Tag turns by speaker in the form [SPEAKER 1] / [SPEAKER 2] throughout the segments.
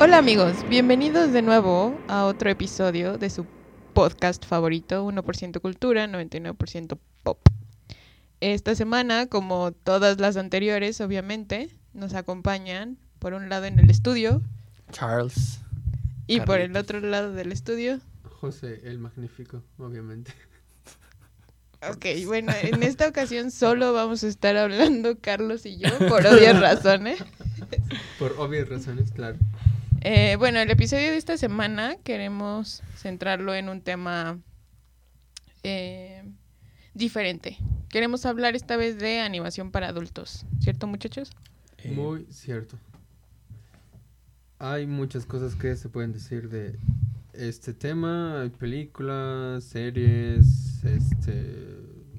[SPEAKER 1] Hola amigos, bienvenidos de nuevo a otro episodio de su podcast favorito, 1% Cultura, 99% Pop. Esta semana, como todas las anteriores, obviamente, nos acompañan por un lado en el estudio
[SPEAKER 2] Charles.
[SPEAKER 1] y por el
[SPEAKER 2] Carlitos.
[SPEAKER 1] otro lado del estudio.
[SPEAKER 3] José el Magnífico, obviamente.
[SPEAKER 1] Ok, bueno, en esta ocasión solo vamos a estar hablando Carlos y yo por obvias razones.
[SPEAKER 3] Por obvias razones, claro.
[SPEAKER 1] Eh, bueno, el episodio de esta semana queremos centrarlo en un tema eh, diferente. Queremos hablar esta vez de animación para adultos, ¿cierto muchachos?
[SPEAKER 2] Eh,
[SPEAKER 3] Muy cierto. Hay muchas cosas que se pueden decir de este tema. Hay películas, series, este...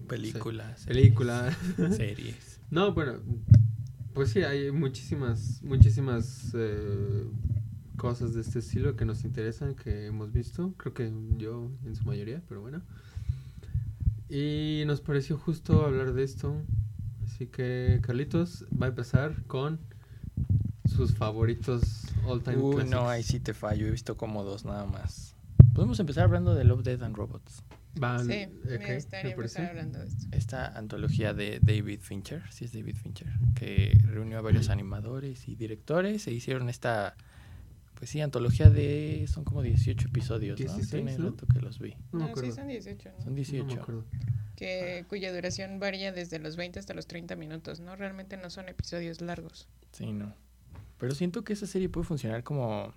[SPEAKER 2] Películas.
[SPEAKER 3] se- películas.
[SPEAKER 2] Series.
[SPEAKER 3] no, bueno, pues sí, hay muchísimas, muchísimas eh, cosas de este estilo que nos interesan, que hemos visto. Creo que yo en su mayoría, pero bueno. Y nos pareció justo hablar de esto. Así que Carlitos va a empezar con sus favoritos all time
[SPEAKER 2] Uh,
[SPEAKER 3] classics.
[SPEAKER 2] no, ahí sí te fallo. He visto como dos nada más. Podemos empezar hablando de Love, Death and Robots.
[SPEAKER 3] Van-
[SPEAKER 1] sí,
[SPEAKER 3] ok,
[SPEAKER 1] me gustaría
[SPEAKER 3] parece.
[SPEAKER 1] empezar hablando de esto.
[SPEAKER 2] Esta antología de David Fincher, sí es David Fincher, que reunió a varios animadores y directores e hicieron esta, pues sí, antología de, son como 18 episodios, ¿no?
[SPEAKER 3] 16,
[SPEAKER 2] Tiene
[SPEAKER 3] ¿no?
[SPEAKER 2] rato que los vi.
[SPEAKER 3] No,
[SPEAKER 1] No,
[SPEAKER 3] me acuerdo.
[SPEAKER 1] sí, son 18, ¿no?
[SPEAKER 2] Son
[SPEAKER 3] No
[SPEAKER 2] 18.
[SPEAKER 3] me acuerdo.
[SPEAKER 1] Que, cuya duración varía desde los 20 hasta los 30 minutos, ¿no? Realmente no son episodios largos.
[SPEAKER 2] Sí, no. Pero siento que esa serie puede funcionar como,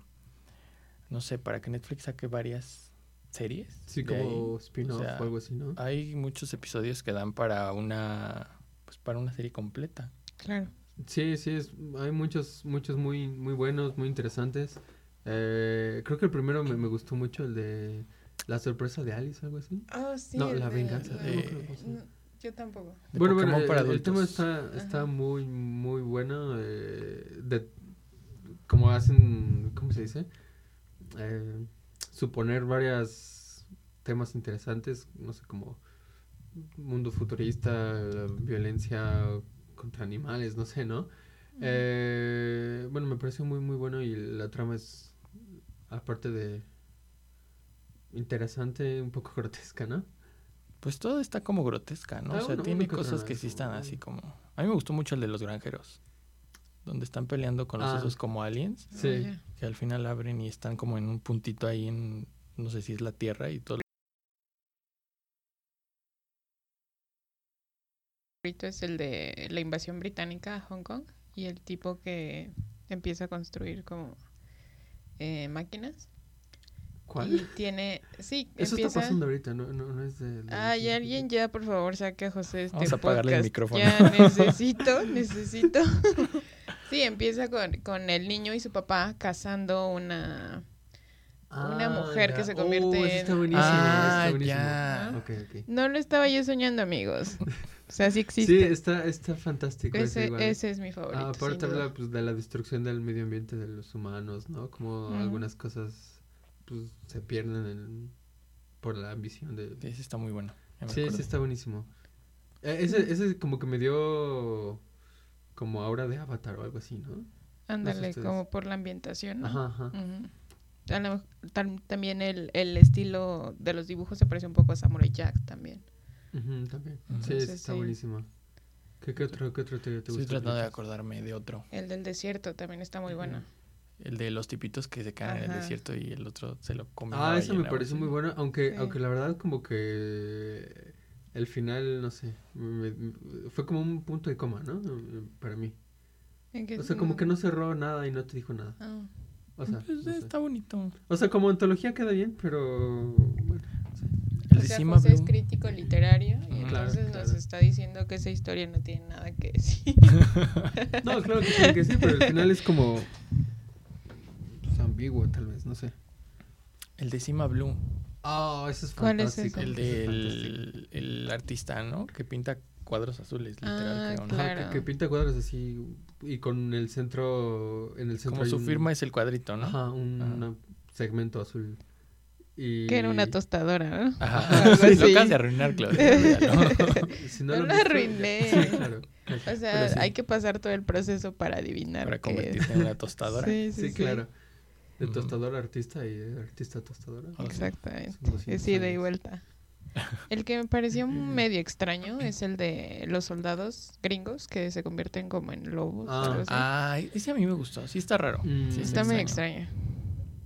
[SPEAKER 2] no sé, para que Netflix saque varias series.
[SPEAKER 3] Sí,
[SPEAKER 2] de ahí.
[SPEAKER 3] como spin-off
[SPEAKER 2] sea,
[SPEAKER 3] o algo así, ¿no?
[SPEAKER 2] Hay muchos episodios que dan para una, pues para una serie completa.
[SPEAKER 1] Claro.
[SPEAKER 3] Sí, sí, es, hay muchos, muchos muy, muy buenos, muy interesantes. Eh, creo que el primero me, me gustó mucho, el de La sorpresa de Alice, algo así.
[SPEAKER 1] Oh, sí.
[SPEAKER 3] no,
[SPEAKER 1] el
[SPEAKER 3] La
[SPEAKER 1] de-
[SPEAKER 3] venganza
[SPEAKER 1] la-
[SPEAKER 3] de...
[SPEAKER 2] Eh,
[SPEAKER 3] no, creo que
[SPEAKER 1] no, Yo tampoco.
[SPEAKER 2] de
[SPEAKER 3] Bueno, bueno,
[SPEAKER 2] Pokémon
[SPEAKER 3] el,
[SPEAKER 2] para
[SPEAKER 3] el tema
[SPEAKER 2] adultos.
[SPEAKER 3] está, está
[SPEAKER 1] Ajá.
[SPEAKER 3] muy, muy bueno. eh, de, como hacen, ¿cómo se dice? Eh, suponer varios temas interesantes, no sé, como mundo futurista, la violencia contra animales, no sé, ¿no? Eh, bueno, me pareció muy, muy bueno y la trama es, aparte de interesante, un poco grotesca, ¿no?
[SPEAKER 2] Pues todo está como grotesca, ¿no?
[SPEAKER 3] Ah,
[SPEAKER 2] o sea,
[SPEAKER 3] bueno,
[SPEAKER 2] tiene
[SPEAKER 3] uno que
[SPEAKER 2] cosas
[SPEAKER 3] otro
[SPEAKER 2] que sí están
[SPEAKER 3] eso.
[SPEAKER 2] así como... A mí me gustó mucho el de los granjeros, donde están peleando con los
[SPEAKER 3] Ah.
[SPEAKER 2] osos como aliens,
[SPEAKER 1] Ah,
[SPEAKER 3] sí.
[SPEAKER 1] ya.
[SPEAKER 2] que al final abren y están como en un puntito ahí en, no sé si es la tierra y todo.
[SPEAKER 1] favorito es el de la invasión británica a Hong Kong y el tipo que empieza a construir como eh, máquinas.
[SPEAKER 3] ¿Cuál?
[SPEAKER 1] Y tiene, sí,
[SPEAKER 3] Eso
[SPEAKER 1] empieza...
[SPEAKER 3] está pasando ahorita, no, no, no es de... de-
[SPEAKER 1] Ay, alguien ya, por favor, saque a José de este
[SPEAKER 2] Vamos a apagarle el
[SPEAKER 1] podcast.
[SPEAKER 2] micrófono.
[SPEAKER 1] Ya necesito, necesito. sí, empieza con, con el niño y su papá cazando una... una mujer que se convierte
[SPEAKER 3] oh, ese está
[SPEAKER 1] en-
[SPEAKER 3] buenísimo, ese
[SPEAKER 2] Ah,
[SPEAKER 3] está buenísimo.
[SPEAKER 2] ya.
[SPEAKER 1] ¿No?
[SPEAKER 3] Ok, ok.
[SPEAKER 1] No lo estaba yo soñando, amigos. O sea, sí
[SPEAKER 3] Sí,
[SPEAKER 1] existe.
[SPEAKER 3] está, está fantástico. ese
[SPEAKER 1] ese,
[SPEAKER 3] igual.
[SPEAKER 1] ese es mi favorito.
[SPEAKER 3] Ah,
[SPEAKER 1] sin
[SPEAKER 3] aparte
[SPEAKER 1] duda.
[SPEAKER 3] habla pues, de la destrucción del medio ambiente de los humanos, ¿no? Como
[SPEAKER 1] Ujú.
[SPEAKER 3] algunas cosas pues, se pierden en- por la ambición de...
[SPEAKER 2] Ese está muy bueno. ya me
[SPEAKER 3] Sí,
[SPEAKER 2] acordé.
[SPEAKER 3] sí, está buenísimo. Eh, ese, ese como que me dio como aura de avatar o algo así, ¿no?
[SPEAKER 1] Ándale,
[SPEAKER 3] ustedes.
[SPEAKER 1] como por la ambientación, ¿no?
[SPEAKER 3] Ajá, ajá.
[SPEAKER 1] Ujú. A lo mej- tam- también el, el estilo de los dibujos se parece un poco a Samurai Jack también.
[SPEAKER 3] Ujú, también. Sí,
[SPEAKER 1] Entonces,
[SPEAKER 3] ese está
[SPEAKER 1] sí.
[SPEAKER 3] buenísimo. ¿Qué, qué otro, qué otro te, te
[SPEAKER 2] Estoy
[SPEAKER 3] gustó?
[SPEAKER 2] tratando de
[SPEAKER 3] Carlitos?
[SPEAKER 2] acordarme de otro.
[SPEAKER 1] El del desierto también está muy bueno.
[SPEAKER 2] El de los tipitos que se caen en el
[SPEAKER 1] Ajá.
[SPEAKER 2] desierto y el otro se lo come.
[SPEAKER 3] Ah, eso me pareció muy bueno, aunque,
[SPEAKER 1] Sí.
[SPEAKER 3] aunque la verdad como que el final, no sé, me- me- fue como un punto de coma, ¿no? Para mí.
[SPEAKER 1] ¿En qué
[SPEAKER 3] O sea, como que no cerró nada y no te dijo nada.
[SPEAKER 1] Ah,
[SPEAKER 3] O sea, no sé.
[SPEAKER 2] Pues, Está bonito.
[SPEAKER 3] O sea, como antología queda bien, pero bueno, no sé.
[SPEAKER 2] El
[SPEAKER 1] o
[SPEAKER 2] de
[SPEAKER 1] sea,
[SPEAKER 2] Cima
[SPEAKER 1] José es
[SPEAKER 2] Blue.
[SPEAKER 1] crítico literario y
[SPEAKER 2] Ujú.
[SPEAKER 3] Claro,
[SPEAKER 1] entonces nos
[SPEAKER 3] claro.
[SPEAKER 1] está diciendo que esa historia no tiene nada que decir.
[SPEAKER 3] No, claro que sí, que sí, pero el final es como pues, ambiguo tal vez, no sé.
[SPEAKER 2] El de Cima Blue.
[SPEAKER 3] Ah, ese es
[SPEAKER 1] ¿Cuál es
[SPEAKER 3] fantástico.
[SPEAKER 1] ese?
[SPEAKER 2] El
[SPEAKER 3] ese es
[SPEAKER 2] del el artista, ¿no? Que pinta cuadros azules,
[SPEAKER 1] Ah,
[SPEAKER 2] literal, creo, ¿no?
[SPEAKER 1] claro.
[SPEAKER 3] fantástico. Ajá, que, que pinta cuadros así y con el centro, en el centro
[SPEAKER 2] Como
[SPEAKER 3] hay
[SPEAKER 2] su
[SPEAKER 3] un-
[SPEAKER 2] firma es el cuadrito, ¿no?
[SPEAKER 3] Ajá, un
[SPEAKER 2] Ajá.
[SPEAKER 3] una- segmento azul. Y...
[SPEAKER 1] Que era una tostadora, ¿no?
[SPEAKER 2] Ajá.
[SPEAKER 1] Ah, Algo
[SPEAKER 2] Lo
[SPEAKER 1] así.
[SPEAKER 2] acabas de arruinar, Claudia. olvídalo.
[SPEAKER 3] Si
[SPEAKER 1] No
[SPEAKER 3] lo han
[SPEAKER 1] la
[SPEAKER 3] visto, ya-
[SPEAKER 1] arruiné.
[SPEAKER 3] Sí, claro.
[SPEAKER 1] O sea,
[SPEAKER 3] Pero sí.
[SPEAKER 1] hay que pasar todo el proceso para adivinar
[SPEAKER 2] Para
[SPEAKER 1] qué es.
[SPEAKER 2] convertirte en una tostadora.
[SPEAKER 1] Sí, sí,
[SPEAKER 3] Sí,
[SPEAKER 1] sí.
[SPEAKER 3] claro. De
[SPEAKER 2] Ujú.
[SPEAKER 3] tostador a artista y de artista a tostadora.
[SPEAKER 2] Ah, sí.
[SPEAKER 1] Exactamente.
[SPEAKER 3] Son 200
[SPEAKER 1] Es ida y
[SPEAKER 3] años.
[SPEAKER 1] vuelta. El que me pareció medio extraño es el de los soldados gringos que se convierten como en lobos.
[SPEAKER 3] Ah.
[SPEAKER 1] algo así.
[SPEAKER 2] Ah, ese a mí me gustó. Sí está raro.
[SPEAKER 3] Mm.
[SPEAKER 2] Sí
[SPEAKER 1] Está medio extraño.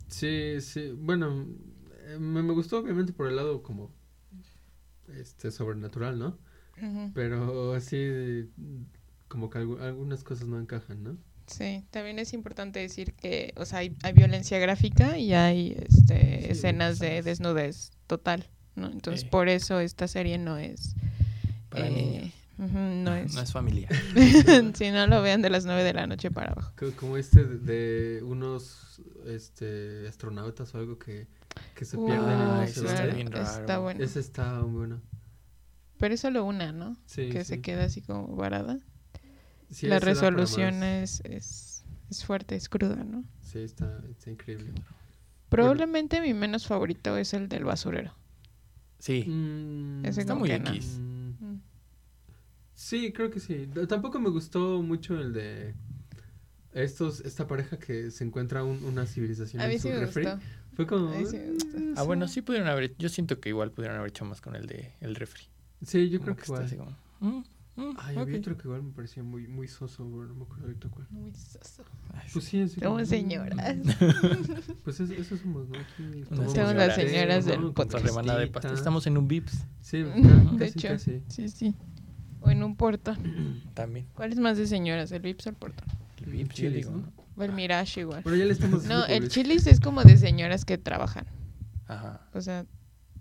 [SPEAKER 3] Sí, sí. Bueno, eh, me, me gustó obviamente por el lado como este sobrenatural, ¿no?
[SPEAKER 1] Ujú.
[SPEAKER 3] Pero así como que algu- algunas cosas no encajan, ¿no?
[SPEAKER 1] Sí, también es importante decir que, o sea, hay, hay violencia gráfica y hay este,
[SPEAKER 3] Sí,
[SPEAKER 1] escenas de
[SPEAKER 2] escenas.
[SPEAKER 1] desnudez total, ¿no? Entonces,
[SPEAKER 2] Eh.
[SPEAKER 1] por eso esta serie no es...
[SPEAKER 2] Para
[SPEAKER 1] eh,
[SPEAKER 2] niños.
[SPEAKER 1] ujú, no
[SPEAKER 2] No
[SPEAKER 1] es...
[SPEAKER 2] es familiar.
[SPEAKER 1] si no lo vean de las 9 de la noche para abajo.
[SPEAKER 3] Co- Como este de, de unos este astronautas o algo que, que se pierden en
[SPEAKER 1] Wow,
[SPEAKER 2] Ah,
[SPEAKER 3] no
[SPEAKER 2] eso
[SPEAKER 3] se
[SPEAKER 2] está
[SPEAKER 1] claro,
[SPEAKER 3] dónde.
[SPEAKER 2] bien raro.
[SPEAKER 1] está bueno.
[SPEAKER 3] Ese está muy bueno.
[SPEAKER 1] Pero es solo una, ¿no?
[SPEAKER 3] Sí,
[SPEAKER 1] que
[SPEAKER 3] sí.
[SPEAKER 1] se queda así como varada.
[SPEAKER 3] Sí,
[SPEAKER 1] la
[SPEAKER 3] ese da para
[SPEAKER 1] resolución
[SPEAKER 3] más.
[SPEAKER 1] es, es, es fuerte, es cruda, ¿no?
[SPEAKER 3] Sí, está, está increíble.
[SPEAKER 1] Probablemente mi menos favorito es el del basurero.
[SPEAKER 2] Sí.
[SPEAKER 3] Mm,
[SPEAKER 1] Ese
[SPEAKER 2] Está
[SPEAKER 1] como
[SPEAKER 2] muy
[SPEAKER 1] que no.
[SPEAKER 2] X.
[SPEAKER 3] mm,
[SPEAKER 1] Mm.
[SPEAKER 3] Sí, creo que sí. T- Tampoco me gustó mucho el de estos, esta pareja que se encuentra un- una civilización
[SPEAKER 1] A
[SPEAKER 3] en
[SPEAKER 1] mí
[SPEAKER 3] su
[SPEAKER 1] sí me
[SPEAKER 3] refri.
[SPEAKER 1] gustó.
[SPEAKER 3] Fue como.
[SPEAKER 1] A mí sí me gustó.
[SPEAKER 3] "Mm,
[SPEAKER 2] Ah, bueno, sí pudieron haber. Yo siento que igual pudieron haber hecho más con el de el refri.
[SPEAKER 3] Sí, yo
[SPEAKER 2] Como
[SPEAKER 3] creo que,
[SPEAKER 2] está
[SPEAKER 3] igual.
[SPEAKER 2] así como, mm, mm,
[SPEAKER 3] Ay,
[SPEAKER 2] ok.
[SPEAKER 3] había otro que igual me parecía muy, muy soso, pero no me acuerdo ahorita cuál.
[SPEAKER 1] Muy soso.
[SPEAKER 2] Ay,
[SPEAKER 3] Pues
[SPEAKER 2] sí.
[SPEAKER 3] sí, así como,
[SPEAKER 1] Somos
[SPEAKER 3] "Mm,
[SPEAKER 1] señoras.
[SPEAKER 3] Pues es- eso somos, ¿no? Aquí
[SPEAKER 2] Unas
[SPEAKER 3] tomamos
[SPEAKER 1] Somos las
[SPEAKER 3] té,
[SPEAKER 1] señoras
[SPEAKER 3] ¿no?
[SPEAKER 1] del
[SPEAKER 3] Con
[SPEAKER 1] podcast. Mm,
[SPEAKER 2] Otra rebanada de pastel.
[SPEAKER 3] pastita.
[SPEAKER 2] Estamos en un Vips
[SPEAKER 3] Sí,
[SPEAKER 1] De
[SPEAKER 3] casi,
[SPEAKER 1] hecho.
[SPEAKER 3] casi.
[SPEAKER 1] Sí, sí. O en un portón.
[SPEAKER 2] también.
[SPEAKER 1] ¿Cuál es más de señoras? ¿El Vips o el portón?
[SPEAKER 2] El
[SPEAKER 3] Mm,
[SPEAKER 2] Vips, yo
[SPEAKER 3] chiles,
[SPEAKER 2] digo.
[SPEAKER 3] ¿no?
[SPEAKER 2] ¿no?
[SPEAKER 1] O el Mirage igual.
[SPEAKER 3] Bueno, ya le estamos haciendo
[SPEAKER 1] No, el
[SPEAKER 3] publicidad.
[SPEAKER 1] Chilis es como de señoras que trabajan.
[SPEAKER 2] Ajá.
[SPEAKER 1] O sea,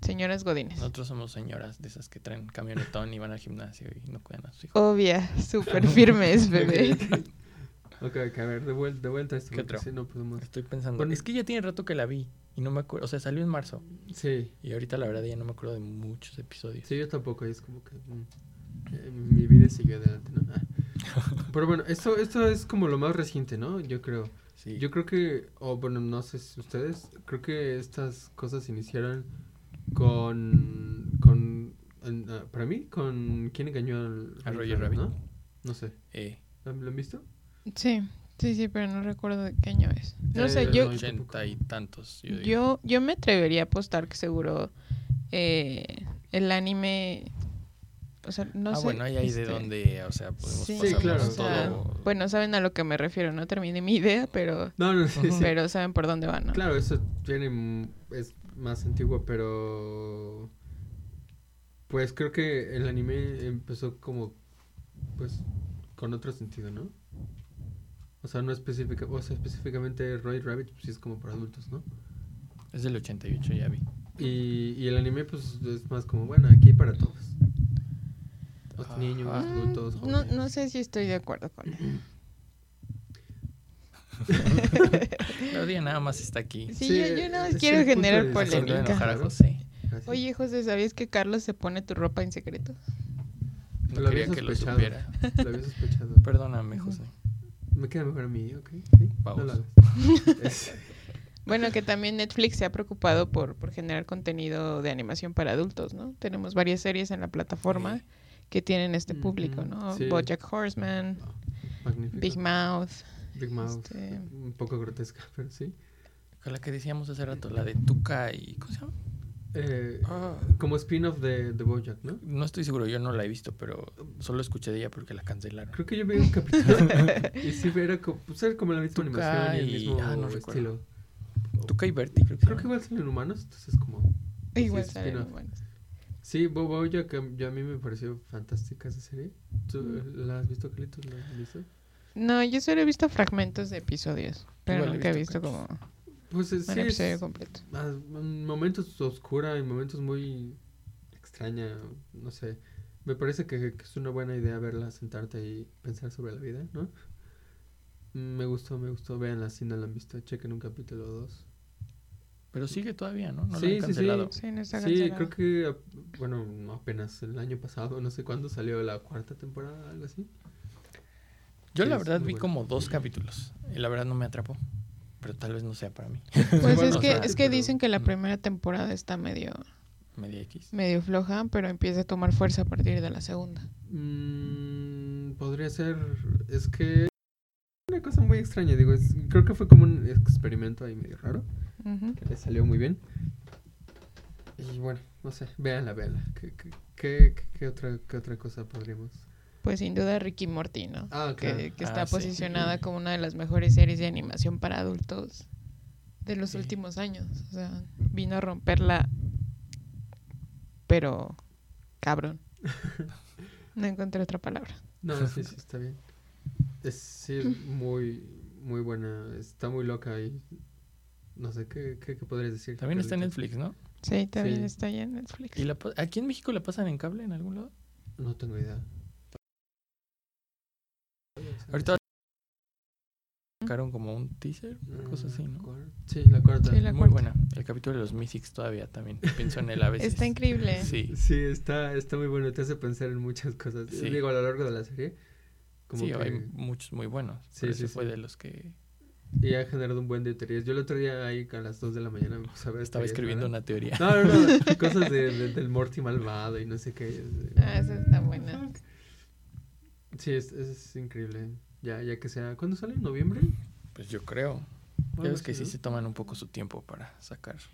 [SPEAKER 1] señoras godines.
[SPEAKER 3] Ah.
[SPEAKER 2] Nosotros somos señoras de esas que traen camionetón y van al gimnasio y no cuidan a sus hijos.
[SPEAKER 1] Obvia, súper firmes, bebé.
[SPEAKER 3] Ok, ok, a ver, de vuelta, de vuelta a esto.
[SPEAKER 2] ¿Qué
[SPEAKER 3] porque
[SPEAKER 2] otro?
[SPEAKER 3] sí, no podemos.
[SPEAKER 2] Estoy pensando.
[SPEAKER 3] Bueno.
[SPEAKER 2] Es que ya tiene rato que la vi y no me acuerdo. O sea, salió en marzo
[SPEAKER 3] Sí,
[SPEAKER 2] y ahorita la verdad ya no me acuerdo de muchos episodios.
[SPEAKER 3] sí, yo tampoco. Es como que. mm, eh, mi vida siguió adelante, ¿no? Ah. Pero bueno, esto, esto es como lo más reciente, ¿no? Yo creo.
[SPEAKER 2] Sí.
[SPEAKER 3] Yo creo que, o bueno, no sé si ustedes, creo que estas cosas iniciaron con, con, en, ah, para mí, con quién engañó al
[SPEAKER 2] A
[SPEAKER 3] Rey
[SPEAKER 2] Roger
[SPEAKER 3] Rabbit,
[SPEAKER 2] Rabbit.
[SPEAKER 3] ¿no? No sé,
[SPEAKER 2] Eh,
[SPEAKER 3] ¿lo han lo han visto?
[SPEAKER 1] Sí, sí, sí, pero no recuerdo de qué año es. No
[SPEAKER 3] Eh,
[SPEAKER 1] sé,
[SPEAKER 3] no,
[SPEAKER 1] yo,
[SPEAKER 3] yo
[SPEAKER 2] ochenta y tantos. Yo, digo.
[SPEAKER 1] yo, yo me atrevería a apostar que seguro eh, el anime. O sea, no
[SPEAKER 2] ah,
[SPEAKER 1] sé.
[SPEAKER 2] bueno, ahí hay de
[SPEAKER 1] este,
[SPEAKER 2] dónde, o sea, podemos
[SPEAKER 1] Sí,
[SPEAKER 3] Sí,
[SPEAKER 2] pasarnos
[SPEAKER 3] claro.
[SPEAKER 1] o sea,
[SPEAKER 2] todo.
[SPEAKER 1] Bueno, saben a lo que me refiero, no terminé mi idea, pero,
[SPEAKER 3] No, no, sí, sí.
[SPEAKER 1] pero saben por dónde van, ¿no?
[SPEAKER 3] Claro, eso tiene, m- es más antiguo, pero, pues creo que el anime empezó como, pues, con otro sentido, ¿no? O sea, no específica, o sea, específicamente Roy Rabbit, pues sí es como para adultos, ¿no?
[SPEAKER 2] Es del 88, ya vi.
[SPEAKER 3] Y, y el anime, pues, es más como, bueno, aquí para todos. Los
[SPEAKER 2] Ajá.
[SPEAKER 3] niños,
[SPEAKER 2] Ah,
[SPEAKER 1] Mm,
[SPEAKER 3] adultos,
[SPEAKER 1] no,
[SPEAKER 3] jóvenes.
[SPEAKER 1] no sé si estoy de acuerdo con él.
[SPEAKER 2] Claudia nada más está aquí.
[SPEAKER 1] Sí,
[SPEAKER 3] Sí,
[SPEAKER 1] yo, yo nada más
[SPEAKER 3] es
[SPEAKER 1] quiero
[SPEAKER 3] el punto
[SPEAKER 1] generar
[SPEAKER 3] de vista.
[SPEAKER 2] Haciendo
[SPEAKER 3] Polémica.
[SPEAKER 2] enojar
[SPEAKER 1] polémica.
[SPEAKER 2] a José.
[SPEAKER 3] Así.
[SPEAKER 1] Oye, José, ¿sabías que Carlos se pone tu ropa en secreto?
[SPEAKER 2] No
[SPEAKER 3] Lo había
[SPEAKER 2] quería que lo
[SPEAKER 3] sospechado.
[SPEAKER 2] supiera.
[SPEAKER 3] Lo había sospechado.
[SPEAKER 2] Perdóname, José.
[SPEAKER 3] Me queda mejor a mí, ¿ok? ¿Sí? No lo
[SPEAKER 2] Vamos.
[SPEAKER 3] hagas. Es-
[SPEAKER 1] Bueno, que también Netflix se ha preocupado por, por generar contenido de animación para adultos, ¿no? Tenemos varias series en la
[SPEAKER 2] Eh,
[SPEAKER 1] plataforma que tienen este público,
[SPEAKER 3] Ujú,
[SPEAKER 1] ¿no?
[SPEAKER 3] sí.
[SPEAKER 1] Bojack Horseman,
[SPEAKER 3] Magnífico.
[SPEAKER 1] Big Mouth.
[SPEAKER 3] Big Mouth.
[SPEAKER 1] este-
[SPEAKER 3] Un poco grotesca, pero sí.
[SPEAKER 2] Con la que decíamos hace rato, la de Tuca y. ¿Cómo se llama?
[SPEAKER 3] Eh,
[SPEAKER 2] Ah.
[SPEAKER 3] Como spin-off de, de Bojack, ¿no?
[SPEAKER 2] No estoy seguro, yo no la he visto, pero solo escuché de ella porque la cancelaron.
[SPEAKER 3] Creo que yo vi un capítulo y sí, era como, pues, era como la misma
[SPEAKER 2] Tuca
[SPEAKER 3] animación y el
[SPEAKER 2] y-
[SPEAKER 3] mismo
[SPEAKER 2] ah, no recuerdo.
[SPEAKER 3] estilo.
[SPEAKER 2] Tuca y Bertie, creo que.
[SPEAKER 3] Creo que igual son humanos, entonces como...
[SPEAKER 1] Igual
[SPEAKER 3] sí,
[SPEAKER 1] salen
[SPEAKER 3] spin-off.
[SPEAKER 1] buenas.
[SPEAKER 3] Sí, Bo- Bojack, em, a- yo a mí me pareció fantástica esa serie. ¿Tú la has visto, Carlitos? ¿La has visto?
[SPEAKER 1] No, yo solo he visto fragmentos de episodios, pero
[SPEAKER 2] Igual he
[SPEAKER 1] nunca he visto
[SPEAKER 2] visto
[SPEAKER 1] como
[SPEAKER 3] Pues eh,
[SPEAKER 1] un
[SPEAKER 3] sí, es,
[SPEAKER 1] episodio completo.
[SPEAKER 3] ah, en momentos oscura, en momentos muy extraña, no sé. Me parece que, que es una buena idea verla, sentarte y pensar sobre la vida, ¿no? Mm, Me gustó, me gustó. Véanla si no la han visto. Chequen un capítulo o dos.
[SPEAKER 2] Pero sigue todavía, ¿no? No la
[SPEAKER 3] Sí, sí,
[SPEAKER 2] han
[SPEAKER 3] sí.
[SPEAKER 2] cancelado.
[SPEAKER 1] Sí, no está
[SPEAKER 3] Sí,
[SPEAKER 1] cancelado.
[SPEAKER 3] creo que, ap- bueno, no, apenas el año pasado, no sé cuándo salió la cuarta temporada, algo así.
[SPEAKER 2] Yo
[SPEAKER 3] Sí,
[SPEAKER 2] la
[SPEAKER 3] es
[SPEAKER 2] verdad
[SPEAKER 3] muy
[SPEAKER 2] vi
[SPEAKER 3] buena.
[SPEAKER 2] como dos capítulos. Y la verdad no me atrapó. Pero tal vez no sea para mí.
[SPEAKER 1] Pues
[SPEAKER 3] Bueno,
[SPEAKER 1] es
[SPEAKER 3] o
[SPEAKER 1] que,
[SPEAKER 3] sea,
[SPEAKER 1] es que
[SPEAKER 3] pero-
[SPEAKER 1] dicen que la
[SPEAKER 2] Mm.
[SPEAKER 1] primera temporada está medio,
[SPEAKER 2] Media X.
[SPEAKER 1] medio floja, pero empieza a tomar fuerza a partir de la segunda.
[SPEAKER 3] Mm, podría ser. Es que. Una cosa muy muy extraña, digo, es- creo que fue como un experimento ahí medio raro,
[SPEAKER 1] Ujú.
[SPEAKER 3] que le salió muy bien. Y bueno, no sé, véanla, véanla. ¿Qué, qué, qué, qué otra, qué otra cosa podríamos...?
[SPEAKER 1] Pues sin duda Ricky Morty, ¿no?
[SPEAKER 3] Ah, claro.
[SPEAKER 1] que, que
[SPEAKER 2] Ah,
[SPEAKER 1] está
[SPEAKER 2] sí.
[SPEAKER 1] posicionada como una de las mejores series de animación para adultos de los
[SPEAKER 2] Sí.
[SPEAKER 1] últimos años. O sea, vino a romperla, pero cabrón. No encontré otra palabra.
[SPEAKER 3] No, sí, sí, está bien. Es sí, es muy, muy buena, está muy loca y no sé, ¿qué, qué, qué podrías decir?
[SPEAKER 2] También está en
[SPEAKER 3] Carlita?
[SPEAKER 2] Netflix, ¿no?
[SPEAKER 1] Sí, también
[SPEAKER 3] Sí.
[SPEAKER 1] está ya en Netflix.
[SPEAKER 2] ¿Y la pa- aquí en México la pasan en cable en algún lado?
[SPEAKER 3] No tengo idea.
[SPEAKER 2] Ahorita sacaron como un teaser, cosa así, ¿no?
[SPEAKER 3] Mm, Cuar- Sí, la cuarta.
[SPEAKER 1] Sí, la
[SPEAKER 2] Muy
[SPEAKER 1] cuarta.
[SPEAKER 2] buena. El capítulo de los Mythics todavía también. Pienso en él a veces.
[SPEAKER 1] Está increíble.
[SPEAKER 2] Sí.
[SPEAKER 3] Sí, está, está muy bueno, te hace pensar en muchas cosas.
[SPEAKER 2] Sí.
[SPEAKER 3] Digo, a lo largo de la serie. Como
[SPEAKER 2] sí,
[SPEAKER 3] que-
[SPEAKER 2] hay muchos muy buenos.
[SPEAKER 3] Sí,
[SPEAKER 2] Sí,
[SPEAKER 3] sí,
[SPEAKER 2] fue
[SPEAKER 3] sí.
[SPEAKER 2] de los que
[SPEAKER 3] Y ha generado un buen de teorías. Yo el otro día ahí a las 2 de la mañana me puse a ver
[SPEAKER 2] estaba
[SPEAKER 3] teorías,
[SPEAKER 2] escribiendo
[SPEAKER 3] ¿verdad?
[SPEAKER 2] una teoría.
[SPEAKER 3] No, no, no, cosas de- de- del Morty malvado y no sé qué.
[SPEAKER 1] Ah, esa está buena.
[SPEAKER 3] Sí, es, es increíble. Ya, ya que sea. ¿Cuándo sale? ¿En noviembre?
[SPEAKER 2] Pues yo creo. Ya
[SPEAKER 3] Algo
[SPEAKER 2] ves que
[SPEAKER 3] así,
[SPEAKER 2] sí
[SPEAKER 3] ¿no?
[SPEAKER 2] se toman un poco su tiempo para sacar.
[SPEAKER 3] Sí,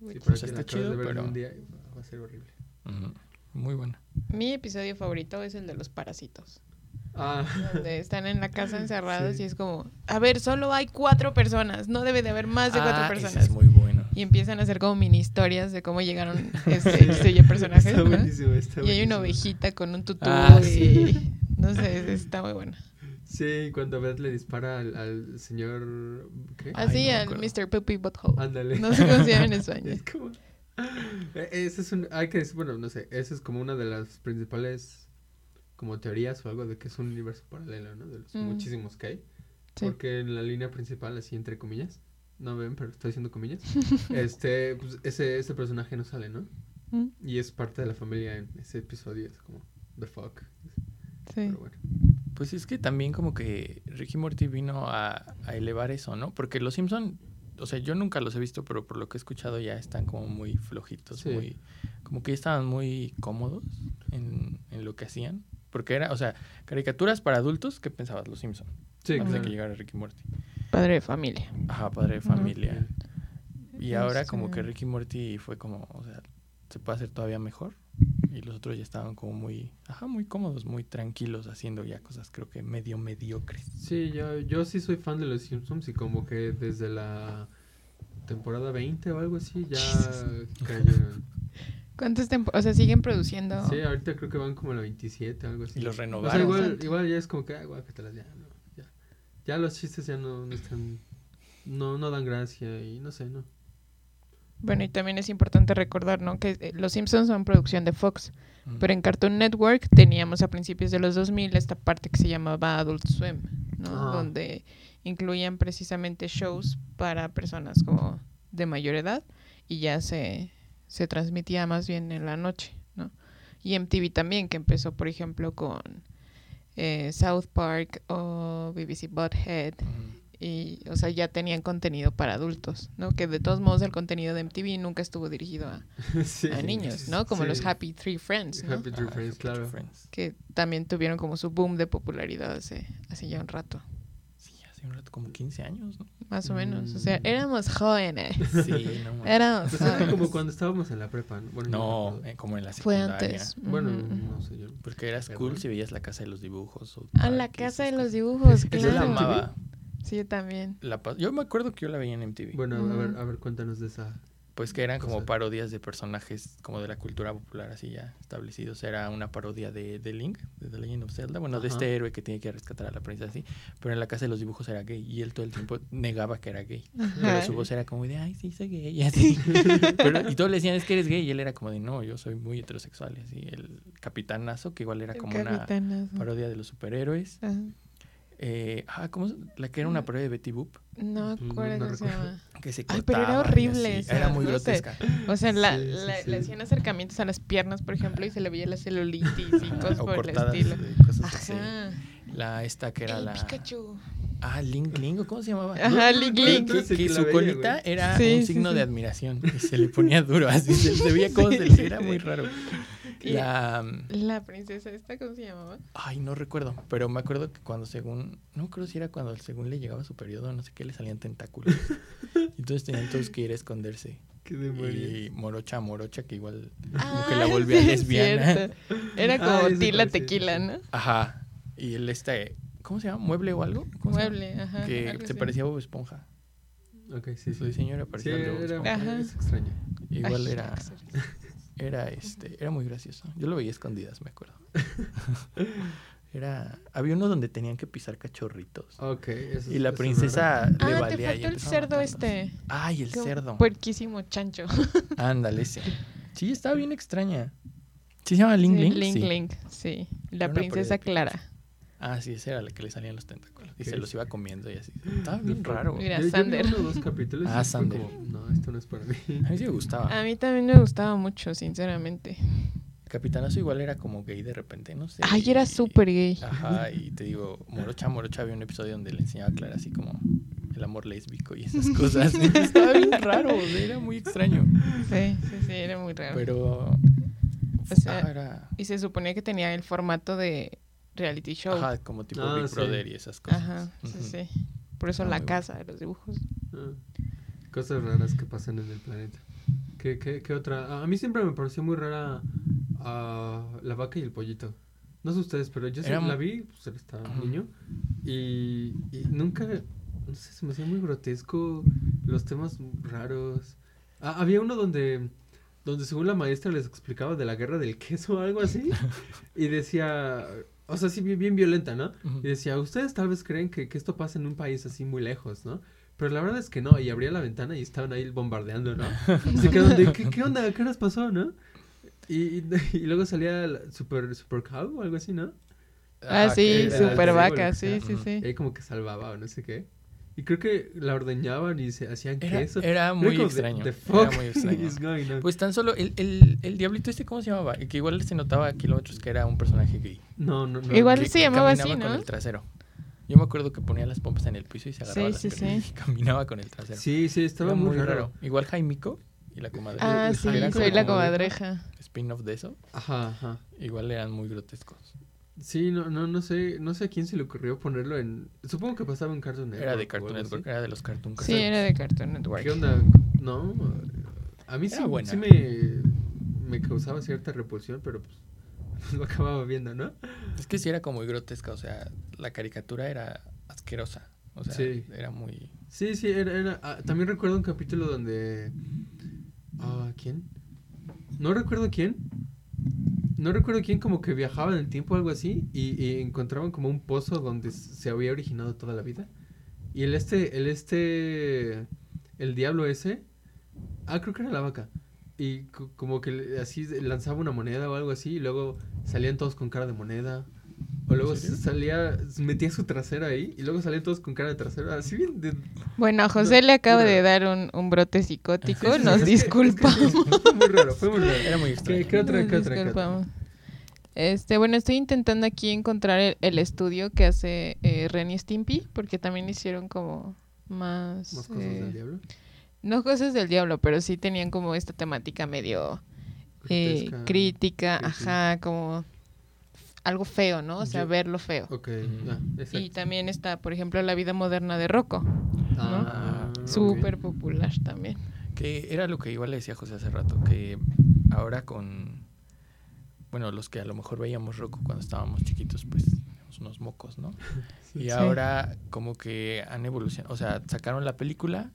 [SPEAKER 1] Uy.
[SPEAKER 3] para
[SPEAKER 2] O sea,
[SPEAKER 3] que la
[SPEAKER 2] está chido,
[SPEAKER 3] acabes de ver en
[SPEAKER 2] pero-
[SPEAKER 3] un día y va- va a ser horrible.
[SPEAKER 2] Ujú. Muy buena.
[SPEAKER 1] Mi episodio favorito es el de los parásitos.
[SPEAKER 3] Ah,
[SPEAKER 1] Donde están en la casa encerrados
[SPEAKER 3] Sí.
[SPEAKER 1] y es como, a ver, solo hay cuatro personas. No debe de haber más de cuatro
[SPEAKER 2] Ah, ese
[SPEAKER 1] personas.
[SPEAKER 2] es muy bueno.
[SPEAKER 1] Y empiezan a hacer como mini historias de cómo llegaron este
[SPEAKER 3] sí.
[SPEAKER 1] X o Y personajes.
[SPEAKER 3] Está
[SPEAKER 1] ¿no?
[SPEAKER 3] buenísimo, está
[SPEAKER 1] Y hay una
[SPEAKER 3] buenísimo.
[SPEAKER 1] ovejita con un tutú
[SPEAKER 2] Ah,
[SPEAKER 1] y
[SPEAKER 2] sí.
[SPEAKER 1] no sé, está muy buena.
[SPEAKER 3] Sí, cuando Beth le dispara al, al señor. ¿Qué?
[SPEAKER 2] Ay,
[SPEAKER 1] Así
[SPEAKER 2] no me
[SPEAKER 1] al
[SPEAKER 2] acuerdo.
[SPEAKER 1] Mr. Poopy Butthole.
[SPEAKER 3] Ándale.
[SPEAKER 1] No sé cómo se llama en español.
[SPEAKER 3] Es como. E- Ese es un. Hay que decir, bueno, no sé. Esa es como una de las principales. Como teorías o algo de que es un universo paralelo, ¿no? De los
[SPEAKER 1] Mm.
[SPEAKER 3] muchísimos que hay.
[SPEAKER 1] Sí.
[SPEAKER 3] Porque en la línea principal, así entre comillas. No ven, pero estoy haciendo comillas. este, pues, ese, ese personaje no sale, ¿no?
[SPEAKER 1] Mm,
[SPEAKER 3] Y es parte de la familia en ese episodio. Es como. The fuck.
[SPEAKER 1] sí.
[SPEAKER 3] Pero bueno.
[SPEAKER 2] Pues es que también como que Ricky Morty vino a, a elevar eso, ¿no? Porque los Simpson, o sea, yo nunca los he visto, pero por lo que he escuchado ya están como muy flojitos,
[SPEAKER 3] Sí.
[SPEAKER 2] muy, como que ya estaban muy cómodos en, en lo que hacían. Porque era, o sea, caricaturas para adultos, ¿qué pensabas? Los Simpson.
[SPEAKER 3] Sí,
[SPEAKER 2] antes de
[SPEAKER 3] claro.
[SPEAKER 2] que llegara Ricky Morty.
[SPEAKER 1] Padre de familia.
[SPEAKER 2] Ajá, padre de
[SPEAKER 1] Ujú.
[SPEAKER 2] familia. Y ahora como que
[SPEAKER 1] Este-
[SPEAKER 2] Ricky Morty fue como, o sea, se puede hacer todavía mejor. Y los otros ya estaban como muy, ajá, muy cómodos, muy tranquilos, haciendo ya cosas creo que medio mediocres.
[SPEAKER 3] Sí, yo, yo sí soy fan de los Simpsons y como que desde la temporada 20 o algo así ya
[SPEAKER 1] Jesus.
[SPEAKER 3] cayeron.
[SPEAKER 1] ¿Cuántas temporadas? O sea, siguen produciendo.
[SPEAKER 3] Sí, ahorita creo que van como a la 27 o algo así.
[SPEAKER 2] Y los
[SPEAKER 3] O sea,
[SPEAKER 2] renovaron.
[SPEAKER 3] igual,
[SPEAKER 1] Exacto.
[SPEAKER 3] igual ya es como que, ah, guácatelas, ya, no, ya. Ya los chistes ya no, no están, no, no dan gracia y no sé, no.
[SPEAKER 1] Bueno, y también es importante recordar, ¿no? Que eh, los Simpsons son producción de Fox.
[SPEAKER 2] Ujú.
[SPEAKER 1] Pero en Cartoon Network teníamos a principios de los 2000 esta parte que se llamaba Adult Swim, ¿no?
[SPEAKER 3] Ajá.
[SPEAKER 1] Donde incluían precisamente shows para personas como de mayor edad y ya se, se transmitía más bien en la noche, ¿no? Y MTV también, que empezó, por ejemplo, con eh, South Park o BBC Butthead.
[SPEAKER 2] Ujú.
[SPEAKER 1] Y, o sea, ya tenían contenido para adultos, ¿no? Que de todos modos el contenido de MTV nunca estuvo dirigido a,
[SPEAKER 3] Sí.
[SPEAKER 1] a niños, ¿no? Como
[SPEAKER 3] Sí.
[SPEAKER 1] los Happy Three Friends, ¿no?
[SPEAKER 3] Happy Tree
[SPEAKER 2] Ah,
[SPEAKER 3] Friends,
[SPEAKER 2] Happy Tree
[SPEAKER 3] claro.
[SPEAKER 2] Friends.
[SPEAKER 1] que también tuvieron como su boom de popularidad hace, hace ya un rato,
[SPEAKER 2] Sí, hace un rato, como 15 años, ¿no?
[SPEAKER 1] más o menos. O sea,
[SPEAKER 3] Mm.
[SPEAKER 1] éramos jóvenes.
[SPEAKER 2] Sí, no. mames.
[SPEAKER 1] Éramos
[SPEAKER 3] Pues era como
[SPEAKER 1] jóvenes.
[SPEAKER 3] cuando estábamos en la prepa, ¿no? Bueno, yo me
[SPEAKER 2] No,
[SPEAKER 3] acuerdo.
[SPEAKER 2] eh, como en la
[SPEAKER 1] Fue
[SPEAKER 2] secundaria.
[SPEAKER 1] antes.
[SPEAKER 3] Bueno,
[SPEAKER 1] Ujú, ujú.
[SPEAKER 3] no sé, yo.
[SPEAKER 2] Porque eras
[SPEAKER 3] Pero
[SPEAKER 2] cool
[SPEAKER 3] bueno.
[SPEAKER 2] si veías la casa de los dibujos. o
[SPEAKER 1] A la
[SPEAKER 2] parques,
[SPEAKER 1] casa de
[SPEAKER 2] esas
[SPEAKER 1] los
[SPEAKER 2] cosas.
[SPEAKER 1] dibujos,
[SPEAKER 2] Yo la
[SPEAKER 3] ¿Eso es MTV?
[SPEAKER 1] claro.
[SPEAKER 2] amaba.
[SPEAKER 1] Sí, yo también.
[SPEAKER 2] La pa- yo me acuerdo que yo la veía en MTV.
[SPEAKER 3] Bueno, a ver,
[SPEAKER 1] Ujú.
[SPEAKER 3] a ver, cuéntanos de esa.
[SPEAKER 2] Pues que eran como
[SPEAKER 3] Cosas.
[SPEAKER 2] parodias de personajes como de la cultura popular así ya establecidos. Era una parodia de, de Link, de The Legend of Zelda. Bueno, de
[SPEAKER 3] Ajá.
[SPEAKER 2] este héroe que tiene que rescatar a la princesa así. Pero en la casa de los dibujos era gay y él todo el tiempo negaba que era gay. Pero
[SPEAKER 1] Ajá.
[SPEAKER 2] su voz era como de, ay, sí, soy gay, y así. Pero- y todos le decían, es que eres gay, y él era como de, no, yo soy muy heterosexual, y así. El capitanazo, que igual era
[SPEAKER 1] El Ah,
[SPEAKER 2] como una
[SPEAKER 1] capitanazo.
[SPEAKER 2] parodia de los superhéroes.
[SPEAKER 1] Ajá.
[SPEAKER 2] Eh, ah, ¿cómo? se- La que era una parodia de Betty Boop,
[SPEAKER 1] No
[SPEAKER 3] Mm, no
[SPEAKER 1] acuerdo cómo se
[SPEAKER 3] recuerdo.
[SPEAKER 1] llama.
[SPEAKER 2] que se
[SPEAKER 1] Mm. Ay,
[SPEAKER 2] cortaba.
[SPEAKER 1] pero era
[SPEAKER 2] y
[SPEAKER 1] horrible,
[SPEAKER 2] así.
[SPEAKER 1] o sea,
[SPEAKER 2] Era muy
[SPEAKER 1] no sé.
[SPEAKER 2] grotesca.
[SPEAKER 1] O sea, la,
[SPEAKER 3] Sí, sí,
[SPEAKER 1] la-
[SPEAKER 3] sí.
[SPEAKER 1] le hacían acercamientos a las piernas, por ejemplo, y se le veía la celulitis y cosas
[SPEAKER 2] o
[SPEAKER 1] por el
[SPEAKER 2] cortadas,
[SPEAKER 1] estilo.
[SPEAKER 2] eh, cosas así.
[SPEAKER 1] Ajá.
[SPEAKER 2] La esta que era
[SPEAKER 1] Ey,
[SPEAKER 2] la...
[SPEAKER 1] Pikachu.
[SPEAKER 2] Ah, Link Link, ¿o ¿cómo se llamaba?
[SPEAKER 1] Ajá,
[SPEAKER 3] No, no,
[SPEAKER 1] Link
[SPEAKER 3] no,
[SPEAKER 2] Que-
[SPEAKER 1] Link.
[SPEAKER 3] no, sí
[SPEAKER 2] que, que
[SPEAKER 3] la
[SPEAKER 2] su
[SPEAKER 3] veía,
[SPEAKER 2] colita
[SPEAKER 3] güey.
[SPEAKER 2] era
[SPEAKER 1] Sí,
[SPEAKER 2] un
[SPEAKER 1] sí,
[SPEAKER 2] signo
[SPEAKER 1] sí.
[SPEAKER 2] de admiración y se le ponía duro, así se, se veía como se le era muy raro.
[SPEAKER 1] Y
[SPEAKER 2] La, mm,
[SPEAKER 1] la princesa esta, ¿cómo se llamaba?
[SPEAKER 2] ay, no recuerdo, pero me acuerdo que cuando según, no creo si era cuando según le llegaba su periodo, no sé qué, le salían tentáculos. Entonces tenían todos que ir a esconderse.
[SPEAKER 3] Qué
[SPEAKER 2] Y Morocha, Morocha, que igual
[SPEAKER 1] Ah,
[SPEAKER 2] que la volvía
[SPEAKER 1] sí, es
[SPEAKER 2] lesbiana.
[SPEAKER 1] cierto. Era
[SPEAKER 3] Ah,
[SPEAKER 1] como
[SPEAKER 3] ya sé
[SPEAKER 1] Tila
[SPEAKER 3] cuál, sí, sí,
[SPEAKER 1] Tequila,
[SPEAKER 3] sí.
[SPEAKER 1] ¿no?
[SPEAKER 2] Ajá. Y el este, ¿cómo se llama? ¿Mueble o algo? ¿Cómo se llama?
[SPEAKER 1] Mueble, ajá.
[SPEAKER 2] Que
[SPEAKER 1] algo
[SPEAKER 2] se
[SPEAKER 1] así.
[SPEAKER 2] parecía a Bob Esponja.
[SPEAKER 3] Ok, sí,
[SPEAKER 2] Su
[SPEAKER 3] sí.
[SPEAKER 2] diseño era
[SPEAKER 3] Sí,
[SPEAKER 2] parecido al de Bob
[SPEAKER 3] era,
[SPEAKER 2] Esponja.
[SPEAKER 1] Ajá.
[SPEAKER 3] es extraño.
[SPEAKER 1] Ay,
[SPEAKER 2] Igual era,
[SPEAKER 1] qué absurdo.
[SPEAKER 2] era este, era muy gracioso. Yo lo veía a escondidas, me acuerdo. era, había uno donde tenían que pisar cachorritos.
[SPEAKER 3] Ok, eso
[SPEAKER 2] Y la
[SPEAKER 3] eso
[SPEAKER 2] princesa le
[SPEAKER 1] Ah, te
[SPEAKER 2] valía y
[SPEAKER 1] faltó el
[SPEAKER 2] empezaba a
[SPEAKER 1] cerdo
[SPEAKER 2] matarlos.
[SPEAKER 1] este.
[SPEAKER 2] Ay, el
[SPEAKER 1] Qué
[SPEAKER 2] cerdo.
[SPEAKER 1] Puerquísimo chancho.
[SPEAKER 2] Ándale, ese. Sí, estaba bien extraña. ¿Sí se llama Ling
[SPEAKER 1] Sí,
[SPEAKER 2] Ling?
[SPEAKER 1] Ling
[SPEAKER 2] Sí.
[SPEAKER 1] Ling, sí. La
[SPEAKER 2] Era una
[SPEAKER 1] princesa
[SPEAKER 2] pareja.
[SPEAKER 1] Clara.
[SPEAKER 2] Ah, sí, esa era la que le salían los tentáculos. Y se
[SPEAKER 3] Ok.
[SPEAKER 2] los iba comiendo y así. Estaba bien raro. güey.
[SPEAKER 1] Mira,
[SPEAKER 3] Yo- yo vi
[SPEAKER 1] Sander.
[SPEAKER 3] uno o dos capítulos y
[SPEAKER 2] Ah,
[SPEAKER 3] fue
[SPEAKER 2] Sander.
[SPEAKER 3] como, no, esto no es para mí. Ah.
[SPEAKER 2] A mí sí me gustaba.
[SPEAKER 1] A mí también me gustaba mucho, sinceramente.
[SPEAKER 2] Capitanazo igual era como gay de repente, no sé.
[SPEAKER 1] Ay, era
[SPEAKER 2] y-
[SPEAKER 1] súper gay.
[SPEAKER 2] Ajá, y te digo, Morocha, Morocha había un episodio donde le enseñaba a Clara así como el amor lésbico y esas cosas. Estaba bien raro, o sea, era muy extraño.
[SPEAKER 1] Sí, sí, sí, era muy raro.
[SPEAKER 2] Pero.
[SPEAKER 1] O sea,
[SPEAKER 2] ajá, era-
[SPEAKER 1] Y se suponía que tenía el formato de reality show. Ajá,
[SPEAKER 2] ajá, como tipo
[SPEAKER 3] Ah,
[SPEAKER 2] Big
[SPEAKER 3] sí.
[SPEAKER 2] Brother y esas cosas.
[SPEAKER 1] sí,
[SPEAKER 2] Ujú.
[SPEAKER 1] sí. Por eso
[SPEAKER 2] Ah,
[SPEAKER 1] la
[SPEAKER 2] muy bueno.
[SPEAKER 1] casa de los dibujos.
[SPEAKER 3] Ah, Cosas raras que pasan en el planeta. ¿Qué, qué, qué otra? A mí siempre me pareció muy rara ah, la vaca y el pollito. No sé ustedes, pero yo sí
[SPEAKER 2] Era mu-
[SPEAKER 3] la vi, pues era- estaba
[SPEAKER 2] Ajá.
[SPEAKER 3] niño, y, y nunca, no sé, se me hacía muy grotesco los temas raros. Ah, había uno donde, donde según la maestra les explicaba de la guerra del queso o algo así, y decía, o sea, sí, bien, bien violenta, ¿no?
[SPEAKER 2] Ujú.
[SPEAKER 3] Y decía, ustedes tal vez creen que, que esto pasa en un país así muy lejos, ¿no? Pero la verdad es que no, y abría la ventana y estaban ahí bombardeando, ¿no? Se quedaron de, ¿qué, qué onda? ¿Qué nos pasó, no? Y, y, y luego salía la super, super Cow o algo así, ¿no?
[SPEAKER 1] Ah, sí,
[SPEAKER 2] que era-
[SPEAKER 1] super
[SPEAKER 3] sí,
[SPEAKER 1] vaca,
[SPEAKER 3] bueno,
[SPEAKER 1] sí, sí,
[SPEAKER 2] ujú.
[SPEAKER 1] sí.
[SPEAKER 3] Y ahí como que salvaba o no sé qué. Y creo que la ordeñaban y se hacían
[SPEAKER 2] Era,
[SPEAKER 3] queso.
[SPEAKER 2] era
[SPEAKER 3] Era
[SPEAKER 2] muy
[SPEAKER 3] como,
[SPEAKER 2] extraño.
[SPEAKER 3] "The
[SPEAKER 2] Era
[SPEAKER 3] fuck
[SPEAKER 2] muy extraño.
[SPEAKER 3] is going on?"
[SPEAKER 2] Pues tan solo el, el, el diablito este, ¿cómo se llamaba? El que igual se notaba a kilómetros que era un personaje gay.
[SPEAKER 3] no, no, no.
[SPEAKER 1] Igual
[SPEAKER 2] que
[SPEAKER 1] se llamaba
[SPEAKER 2] caminaba
[SPEAKER 1] así, ¿no?
[SPEAKER 2] con el trasero. Yo me acuerdo que ponía las pompas en el piso y se agarraba
[SPEAKER 1] Sí,
[SPEAKER 2] las
[SPEAKER 1] sí,
[SPEAKER 2] piernas
[SPEAKER 1] sí.
[SPEAKER 2] y caminaba con el trasero.
[SPEAKER 3] Sí, sí, estaba
[SPEAKER 2] Era
[SPEAKER 3] muy, raro.
[SPEAKER 2] Igual Jaimico y la comadre.
[SPEAKER 1] Ah,
[SPEAKER 3] Era
[SPEAKER 1] sí,
[SPEAKER 3] como-
[SPEAKER 1] soy la
[SPEAKER 2] eh, como-
[SPEAKER 1] comadreja.
[SPEAKER 2] Spin-off de eso.
[SPEAKER 3] Ajá, ajá.
[SPEAKER 2] Igual eran muy grotescos.
[SPEAKER 3] Sí, no, no, no sé, no sé a quién se le ocurrió ponerlo en... Supongo que pasaba en Cartoon Network.
[SPEAKER 2] Era de
[SPEAKER 3] o
[SPEAKER 2] Cartoon
[SPEAKER 3] algo así.
[SPEAKER 2] Network, era de los Cartoon
[SPEAKER 1] Sí,
[SPEAKER 2] Cartoons.
[SPEAKER 1] era de Cartoon Network.
[SPEAKER 3] ¿Qué onda? No, a mí sí,
[SPEAKER 2] Era buena.
[SPEAKER 3] sí me, me causaba cierta repulsión, pero pues lo acababa viendo, ¿no?
[SPEAKER 2] Es que sí era como muy grotesca, o sea, la caricatura era asquerosa. O sea,
[SPEAKER 3] Sí.
[SPEAKER 2] era muy...
[SPEAKER 3] Sí, sí, era, era- ah, también recuerdo un capítulo donde... ah, ¿Quién? No recuerdo quién. No recuerdo quién como que viajaba en el tiempo o algo así y, y encontraban como un pozo donde s- se había originado toda la vida. Y el este, el este, el diablo ese, ah, creo que era la vaca. Y co- como que le- así de- lanzaba una moneda o algo así y luego salían todos con cara de moneda. O luego
[SPEAKER 2] serio?
[SPEAKER 3] salía, metía su trasero ahí y luego salían todos con cara de trasero. Así bien de,
[SPEAKER 1] Bueno, a José le acaba de
[SPEAKER 3] Era-
[SPEAKER 1] dar un, un brote psicótico,
[SPEAKER 3] Sí, sí,
[SPEAKER 1] nos
[SPEAKER 3] es que- es que
[SPEAKER 1] disculpamos.
[SPEAKER 3] sí, fue muy raro, fue muy raro.
[SPEAKER 2] Era muy
[SPEAKER 3] ¿Qué,
[SPEAKER 2] extraño.
[SPEAKER 3] qué otra,
[SPEAKER 1] Nos
[SPEAKER 3] qué otra, qué otra?
[SPEAKER 1] disculpamos. Este, bueno, estoy intentando aquí encontrar el, el estudio que hace eh, Ren y Stimpy, porque también hicieron como más...
[SPEAKER 3] Más cosas
[SPEAKER 1] eh,
[SPEAKER 3] del diablo.
[SPEAKER 1] No cosas del diablo, pero sí tenían como esta temática medio eh,
[SPEAKER 3] Grotesca.
[SPEAKER 1] crítica,
[SPEAKER 3] creepy.
[SPEAKER 1] ajá, como algo feo, ¿no? O sea,
[SPEAKER 3] Yo-
[SPEAKER 1] ver lo feo.
[SPEAKER 3] Ok,
[SPEAKER 2] Ujú.
[SPEAKER 3] ya,
[SPEAKER 1] Y
[SPEAKER 3] exacto.
[SPEAKER 1] también está, por ejemplo, La vida moderna de Rocco,
[SPEAKER 3] Ah, ok.
[SPEAKER 1] súper popular también.
[SPEAKER 2] Que era lo que igual le decía José hace rato, que ahora con... Bueno, los que a lo mejor veíamos Roku cuando estábamos chiquitos, pues éramos unos mocos, ¿no?
[SPEAKER 3] Sí.
[SPEAKER 2] Y
[SPEAKER 1] Sí.
[SPEAKER 2] ahora como que han evolucionado, o sea, sacaron la película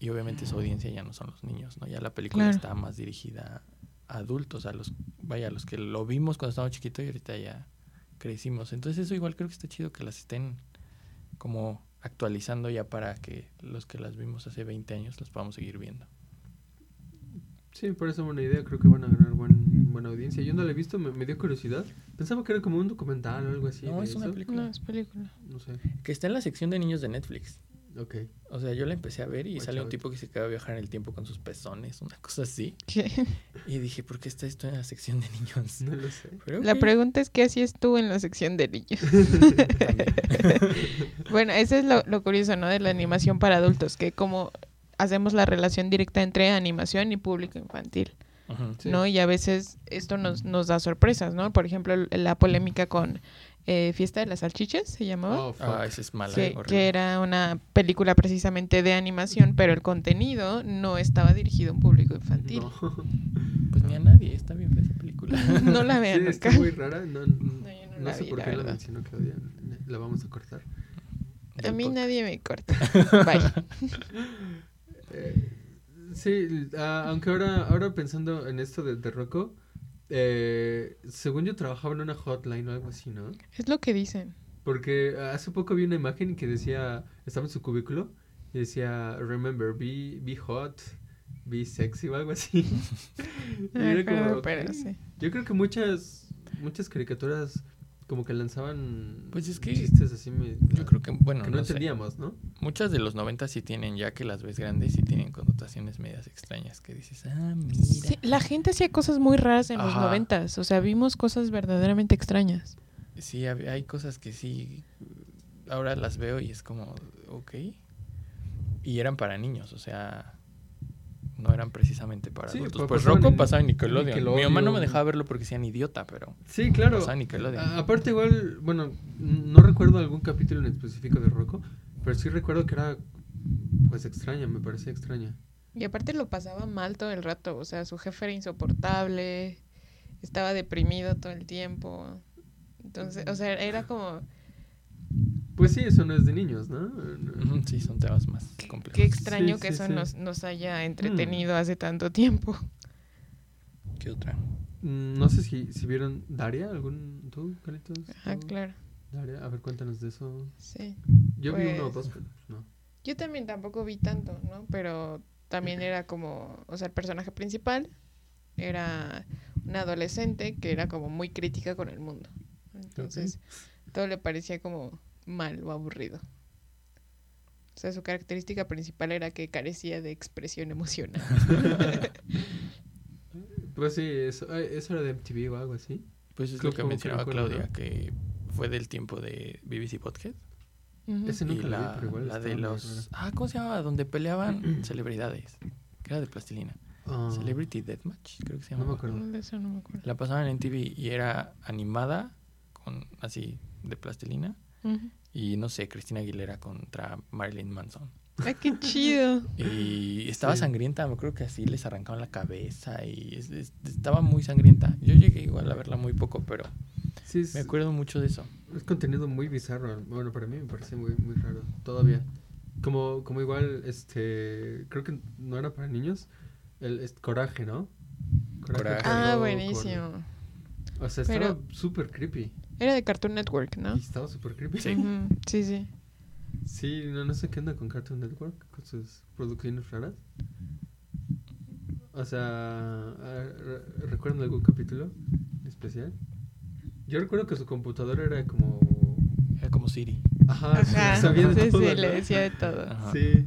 [SPEAKER 2] y obviamente su audiencia ya no son los niños, ¿no? Ya la película
[SPEAKER 1] Claro.
[SPEAKER 2] está más dirigida a adultos, a los, vaya, a los que lo vimos cuando estábamos chiquitos y ahorita ya crecimos. Entonces eso igual creo que está chido que las estén como actualizando ya para que los que las vimos hace 20 años las podamos seguir viendo.
[SPEAKER 3] Sí, por eso buena idea, creo que van a ganar buen, buena audiencia. Yo no la he visto, me, me dio curiosidad. Pensaba que era como un documental o algo así.
[SPEAKER 2] no,
[SPEAKER 3] de
[SPEAKER 2] es una
[SPEAKER 3] eso.
[SPEAKER 2] película
[SPEAKER 1] No, es película.
[SPEAKER 3] No sé,
[SPEAKER 2] que está en la sección de niños de Netflix.
[SPEAKER 3] ok.
[SPEAKER 2] O sea, yo la empecé a ver y
[SPEAKER 3] Watch
[SPEAKER 2] sale un
[SPEAKER 3] out.
[SPEAKER 2] tipo que se queda a viajar en el tiempo con sus pezones, una cosa así.
[SPEAKER 1] ¿Qué?
[SPEAKER 2] Y dije, ¿por qué está esto en la sección de niños?
[SPEAKER 3] No lo sé.
[SPEAKER 2] Pero
[SPEAKER 1] La
[SPEAKER 2] ok.
[SPEAKER 1] pregunta es qué hacías tú en la sección de niños. bueno, eso es lo, lo curioso, ¿no? De la animación para adultos, que como hacemos la relación directa entre animación y público infantil.
[SPEAKER 2] Ajá.
[SPEAKER 3] Sí.
[SPEAKER 1] ¿no? Y a veces esto nos, nos da sorpresas, ¿no? Por ejemplo, el- la polémica con eh, Fiesta de las Salchichas, se llamaba.
[SPEAKER 3] Oh, fuck.
[SPEAKER 2] Ah, esa es mala.
[SPEAKER 1] que,
[SPEAKER 2] horrible.
[SPEAKER 1] que era una película precisamente de animación, pero el contenido no estaba dirigido a un público infantil.
[SPEAKER 3] No.
[SPEAKER 2] Pues
[SPEAKER 3] Ah.
[SPEAKER 2] ni a nadie, está bien fea esa película.
[SPEAKER 1] No, la vean
[SPEAKER 3] Sí,
[SPEAKER 1] nunca.
[SPEAKER 3] está muy rara. No, no,
[SPEAKER 1] yo no
[SPEAKER 3] no
[SPEAKER 1] la
[SPEAKER 3] sé
[SPEAKER 1] vi,
[SPEAKER 3] por
[SPEAKER 1] la
[SPEAKER 3] qué la
[SPEAKER 1] verdad.
[SPEAKER 3] mencionó Claudia. La vamos a cortar.
[SPEAKER 1] A
[SPEAKER 2] Del
[SPEAKER 1] mí
[SPEAKER 2] podcast.
[SPEAKER 1] nadie me corta. Bye.
[SPEAKER 3] Eh, sí, ah, aunque ahora, ahora pensando en esto de, de Rocco, eh, según yo trabajaba en una hotline o algo así, ¿no?
[SPEAKER 1] Es lo que dicen.
[SPEAKER 3] Porque ah, hace poco vi una imagen que decía, estaba en su cubículo, y decía, remember, be, be hot, be sexy o algo así. Y
[SPEAKER 1] No
[SPEAKER 3] era
[SPEAKER 1] me acuerdo,
[SPEAKER 3] como,
[SPEAKER 1] pero
[SPEAKER 3] "Ok".
[SPEAKER 1] sí.
[SPEAKER 3] Yo creo que muchas, muchas caricaturas como que lanzaban
[SPEAKER 2] Pues es que
[SPEAKER 3] chistes así. me-
[SPEAKER 2] Yo creo que, bueno,
[SPEAKER 3] que no,
[SPEAKER 2] no sé.
[SPEAKER 3] entendíamos, ¿no?
[SPEAKER 2] Muchas de los 90 sí tienen, ya que las ves grandes, sí tienen connotaciones medias extrañas que dices, ah, mira.
[SPEAKER 1] Sí, la gente hacía cosas muy raras en los
[SPEAKER 2] Ajá.
[SPEAKER 1] noventas. O sea, vimos cosas verdaderamente extrañas.
[SPEAKER 2] Sí, hab- hay cosas que sí, ahora las veo y es como, ok. Y eran para niños, o sea, no eran precisamente para
[SPEAKER 3] Sí,
[SPEAKER 2] adultos.
[SPEAKER 3] pa-
[SPEAKER 2] Pues
[SPEAKER 3] pasaban
[SPEAKER 2] Rocco
[SPEAKER 3] en
[SPEAKER 2] pasaba en Nickelodeon. Mi mamá no me
[SPEAKER 3] Nickelodeon.
[SPEAKER 2] dejaba verlo porque sean idiota, pero
[SPEAKER 3] Sí, claro.
[SPEAKER 2] pasaba en Nickelodeon.
[SPEAKER 3] A- aparte igual, bueno, no recuerdo algún capítulo en específico de Rocco, pero sí recuerdo que era pues extraña, me parecía extraña.
[SPEAKER 1] Y aparte lo pasaba mal todo el rato, o sea, su jefe era insoportable, estaba deprimido todo el tiempo. Entonces, o sea, era como,
[SPEAKER 3] Pues sí, eso no es de niños, ¿no? No.
[SPEAKER 2] Ujú, sí, son temas más complejos.
[SPEAKER 1] qué extraño
[SPEAKER 3] Sí,
[SPEAKER 1] que
[SPEAKER 3] sí,
[SPEAKER 1] eso
[SPEAKER 3] sí.
[SPEAKER 1] Nos, nos
[SPEAKER 2] Mm.
[SPEAKER 1] haya entretenido hace tanto tiempo.
[SPEAKER 2] ¿Qué otra?
[SPEAKER 3] Mm, No sé si, si vieron Daria, algún tú, Carlitos.
[SPEAKER 1] Ah,
[SPEAKER 3] ¿Tú?
[SPEAKER 1] claro,
[SPEAKER 3] Daria, a ver, cuéntanos de eso.
[SPEAKER 1] sí.
[SPEAKER 3] Yo vi uno o
[SPEAKER 1] Pues-
[SPEAKER 3] dos, pero no.
[SPEAKER 1] Yo también tampoco vi tanto, ¿no? Pero también era como, o sea, el personaje principal era una adolescente que era como muy crítica con el mundo. Entonces, todo le parecía como mal o aburrido. O sea, su característica principal era que carecía de expresión emocional.
[SPEAKER 3] Pues sí, eso, eh, eso era de MTV o algo así.
[SPEAKER 2] Pues es lo
[SPEAKER 3] Creo que
[SPEAKER 2] que
[SPEAKER 3] hubo
[SPEAKER 2] mencionaba
[SPEAKER 3] película, ¿no?
[SPEAKER 2] Claudia, que fue del tiempo de BBC Podcast.
[SPEAKER 1] Ujú.
[SPEAKER 3] Ese
[SPEAKER 2] Y
[SPEAKER 3] nunca lo vi,
[SPEAKER 2] la,
[SPEAKER 3] pero igual
[SPEAKER 2] la
[SPEAKER 3] estaba
[SPEAKER 2] de
[SPEAKER 3] medio
[SPEAKER 2] los... Ah, ¿cómo se llamaba? Donde peleaban celebridades. Que era de plastilina.
[SPEAKER 3] raro. Ah,
[SPEAKER 2] Celebrity Deathmatch, creo que se
[SPEAKER 3] No me
[SPEAKER 2] llamaba.
[SPEAKER 3] acuerdo.
[SPEAKER 1] De eso no me acuerdo.
[SPEAKER 2] La pasaban en TV y era animada con así de plastilina
[SPEAKER 1] Ujú.
[SPEAKER 2] y no sé, Cristina Aguilera contra Marilyn Manson.
[SPEAKER 1] Ay, Ah, qué chido.
[SPEAKER 2] Y estaba
[SPEAKER 3] Sí.
[SPEAKER 2] sangrienta, me creo que así les arrancaban la cabeza y es- es- estaba muy sangrienta. Yo llegué igual a verla muy poco, pero
[SPEAKER 3] Sí, es,
[SPEAKER 2] me acuerdo mucho de eso.
[SPEAKER 3] es contenido muy bizarro. Bueno, para mí me parece muy, muy raro, todavía. Como, como igual, este, creo que no era para niños, el es- coraje, ¿no?
[SPEAKER 2] Coraje.
[SPEAKER 3] que
[SPEAKER 1] Ah,
[SPEAKER 3] salió
[SPEAKER 1] buenísimo.
[SPEAKER 3] con- o sea,
[SPEAKER 1] Pero-
[SPEAKER 3] estaba súper creepy.
[SPEAKER 1] Era de Cartoon Network, ¿no?
[SPEAKER 3] Y estaba súper creepy.
[SPEAKER 2] Sí.
[SPEAKER 1] Ujú. sí. sí.
[SPEAKER 3] Sí, no, no sé qué onda con Cartoon Network, con sus producciones raras. O sea, ah, re- ¿recuerdan algún capítulo especial? Yo recuerdo que su computadora era como...
[SPEAKER 2] Era como Siri.
[SPEAKER 3] Ajá,
[SPEAKER 1] Ajá.
[SPEAKER 3] Ah, sabía de
[SPEAKER 1] sí,
[SPEAKER 3] todo,
[SPEAKER 1] sí,
[SPEAKER 3] ¿no?
[SPEAKER 1] le decía de todo.
[SPEAKER 2] Ajá.
[SPEAKER 3] Sí.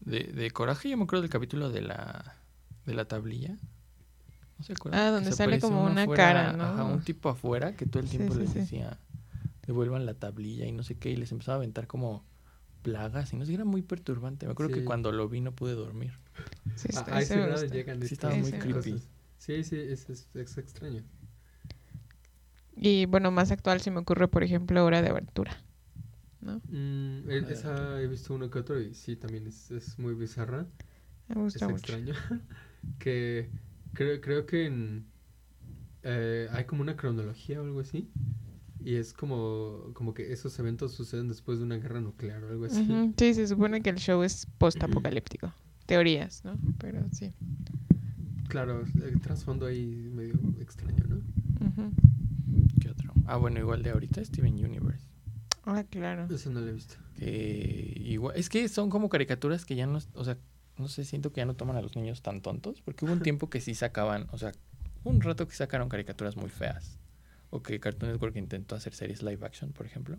[SPEAKER 2] De, de Coraje, yo me acuerdo del capítulo de la, de la tablilla. ¿No se acuerdan?
[SPEAKER 1] Ah,
[SPEAKER 2] Que
[SPEAKER 1] donde
[SPEAKER 2] se
[SPEAKER 1] sale
[SPEAKER 2] aparecía
[SPEAKER 1] como
[SPEAKER 2] uno
[SPEAKER 1] una
[SPEAKER 2] afuera,
[SPEAKER 1] cara, ¿no?
[SPEAKER 2] Ajá, un tipo afuera que todo el
[SPEAKER 1] Sí,
[SPEAKER 2] tiempo
[SPEAKER 1] sí,
[SPEAKER 2] les
[SPEAKER 1] sí.
[SPEAKER 2] decía, devuelvan la tablilla y no sé qué, y les empezaba a aventar como plagas y no sé, era muy perturbante. Me acuerdo
[SPEAKER 3] Sí.
[SPEAKER 2] que cuando lo vi no pude dormir.
[SPEAKER 1] Sí,
[SPEAKER 3] A,
[SPEAKER 1] Pues está-
[SPEAKER 3] a
[SPEAKER 1] ese
[SPEAKER 3] ese
[SPEAKER 1] me
[SPEAKER 3] grado
[SPEAKER 1] gusta.
[SPEAKER 3] llegan
[SPEAKER 2] Sí,
[SPEAKER 3] estas
[SPEAKER 2] estaba
[SPEAKER 1] muy
[SPEAKER 3] cosas.
[SPEAKER 2] creepy.
[SPEAKER 3] Sí, sí, es, es, es extraño.
[SPEAKER 1] Y bueno, más actual se me ocurre, por ejemplo, Hora de Aventura. ¿No?
[SPEAKER 3] Mm, el-
[SPEAKER 2] Joder.
[SPEAKER 3] esa he visto uno que otro y sí, también es, es muy bizarra.
[SPEAKER 1] Me gusta
[SPEAKER 3] es
[SPEAKER 1] mucho.
[SPEAKER 3] extraño. que creo, creo que en, eh, hay como una cronología o algo así. Y es como, como que esos eventos suceden después de una guerra nuclear o algo así.
[SPEAKER 1] Ujú, Sí, se supone que el show es post-apocalíptico. Teorías, ¿no? Pero sí.
[SPEAKER 3] Claro, el trasfondo ahí medio extraño, ¿no?
[SPEAKER 1] Ujú.
[SPEAKER 2] ¿Qué otro? Ah, bueno, igual de ahorita Steven Universe.
[SPEAKER 1] Ah, claro.
[SPEAKER 3] Eso no lo he visto.
[SPEAKER 2] Que Este, igual, es que son como caricaturas que ya no, o sea, no sé, siento que ya no toman a los niños tan tontos, porque hubo un tiempo que sí sacaban, o sea, hubo un rato que sacaron caricaturas muy feas, o que Cartoon Network intentó hacer series live action, por ejemplo,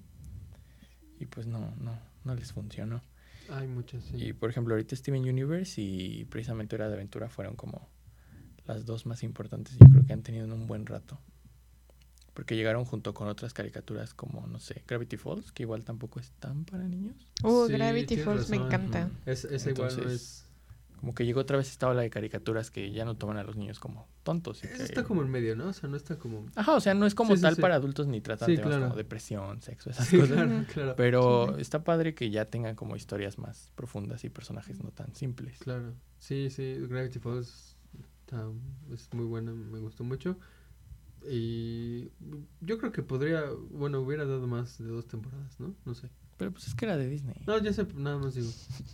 [SPEAKER 2] y pues no, no, no les funcionó.
[SPEAKER 3] Hay muchos, sí.
[SPEAKER 2] Y por ejemplo, ahorita Steven Universe y precisamente Hora de Aventura fueron como las dos más importantes, yo creo que han tenido en un buen rato. Porque llegaron junto con otras caricaturas como, no sé, Gravity Falls, que igual tampoco están para niños.
[SPEAKER 1] Uh,
[SPEAKER 3] Sí,
[SPEAKER 1] Gravity
[SPEAKER 3] tienes
[SPEAKER 1] Falls me
[SPEAKER 3] razón.
[SPEAKER 1] encanta.
[SPEAKER 2] Ujú.
[SPEAKER 3] Es, esa igual no
[SPEAKER 2] Entonces,
[SPEAKER 3] es...
[SPEAKER 2] Como que llegó otra vez esta ola de caricaturas que ya no toman a los niños como tontos. y
[SPEAKER 3] Eso
[SPEAKER 2] que-
[SPEAKER 3] está como en medio, ¿no? O sea, no está como...
[SPEAKER 2] Ajá, o sea, no es como
[SPEAKER 3] Sí, sí,
[SPEAKER 2] tal
[SPEAKER 3] sí.
[SPEAKER 2] para adultos ni tratan
[SPEAKER 3] Sí,
[SPEAKER 2] temas
[SPEAKER 3] claro.
[SPEAKER 2] como depresión, sexo, esas
[SPEAKER 3] Sí,
[SPEAKER 2] cosas.
[SPEAKER 3] claro, claro.
[SPEAKER 2] Pero está padre que ya tengan como historias más profundas y personajes no tan simples.
[SPEAKER 3] Claro. Sí, sí, Gravity Falls está- es muy buena, me gustó mucho. Y yo creo que podría, bueno, hubiera dado más de dos temporadas, ¿no? No sé.
[SPEAKER 2] Pero pues es que era de Disney.
[SPEAKER 3] No, ya sé, nada más digo.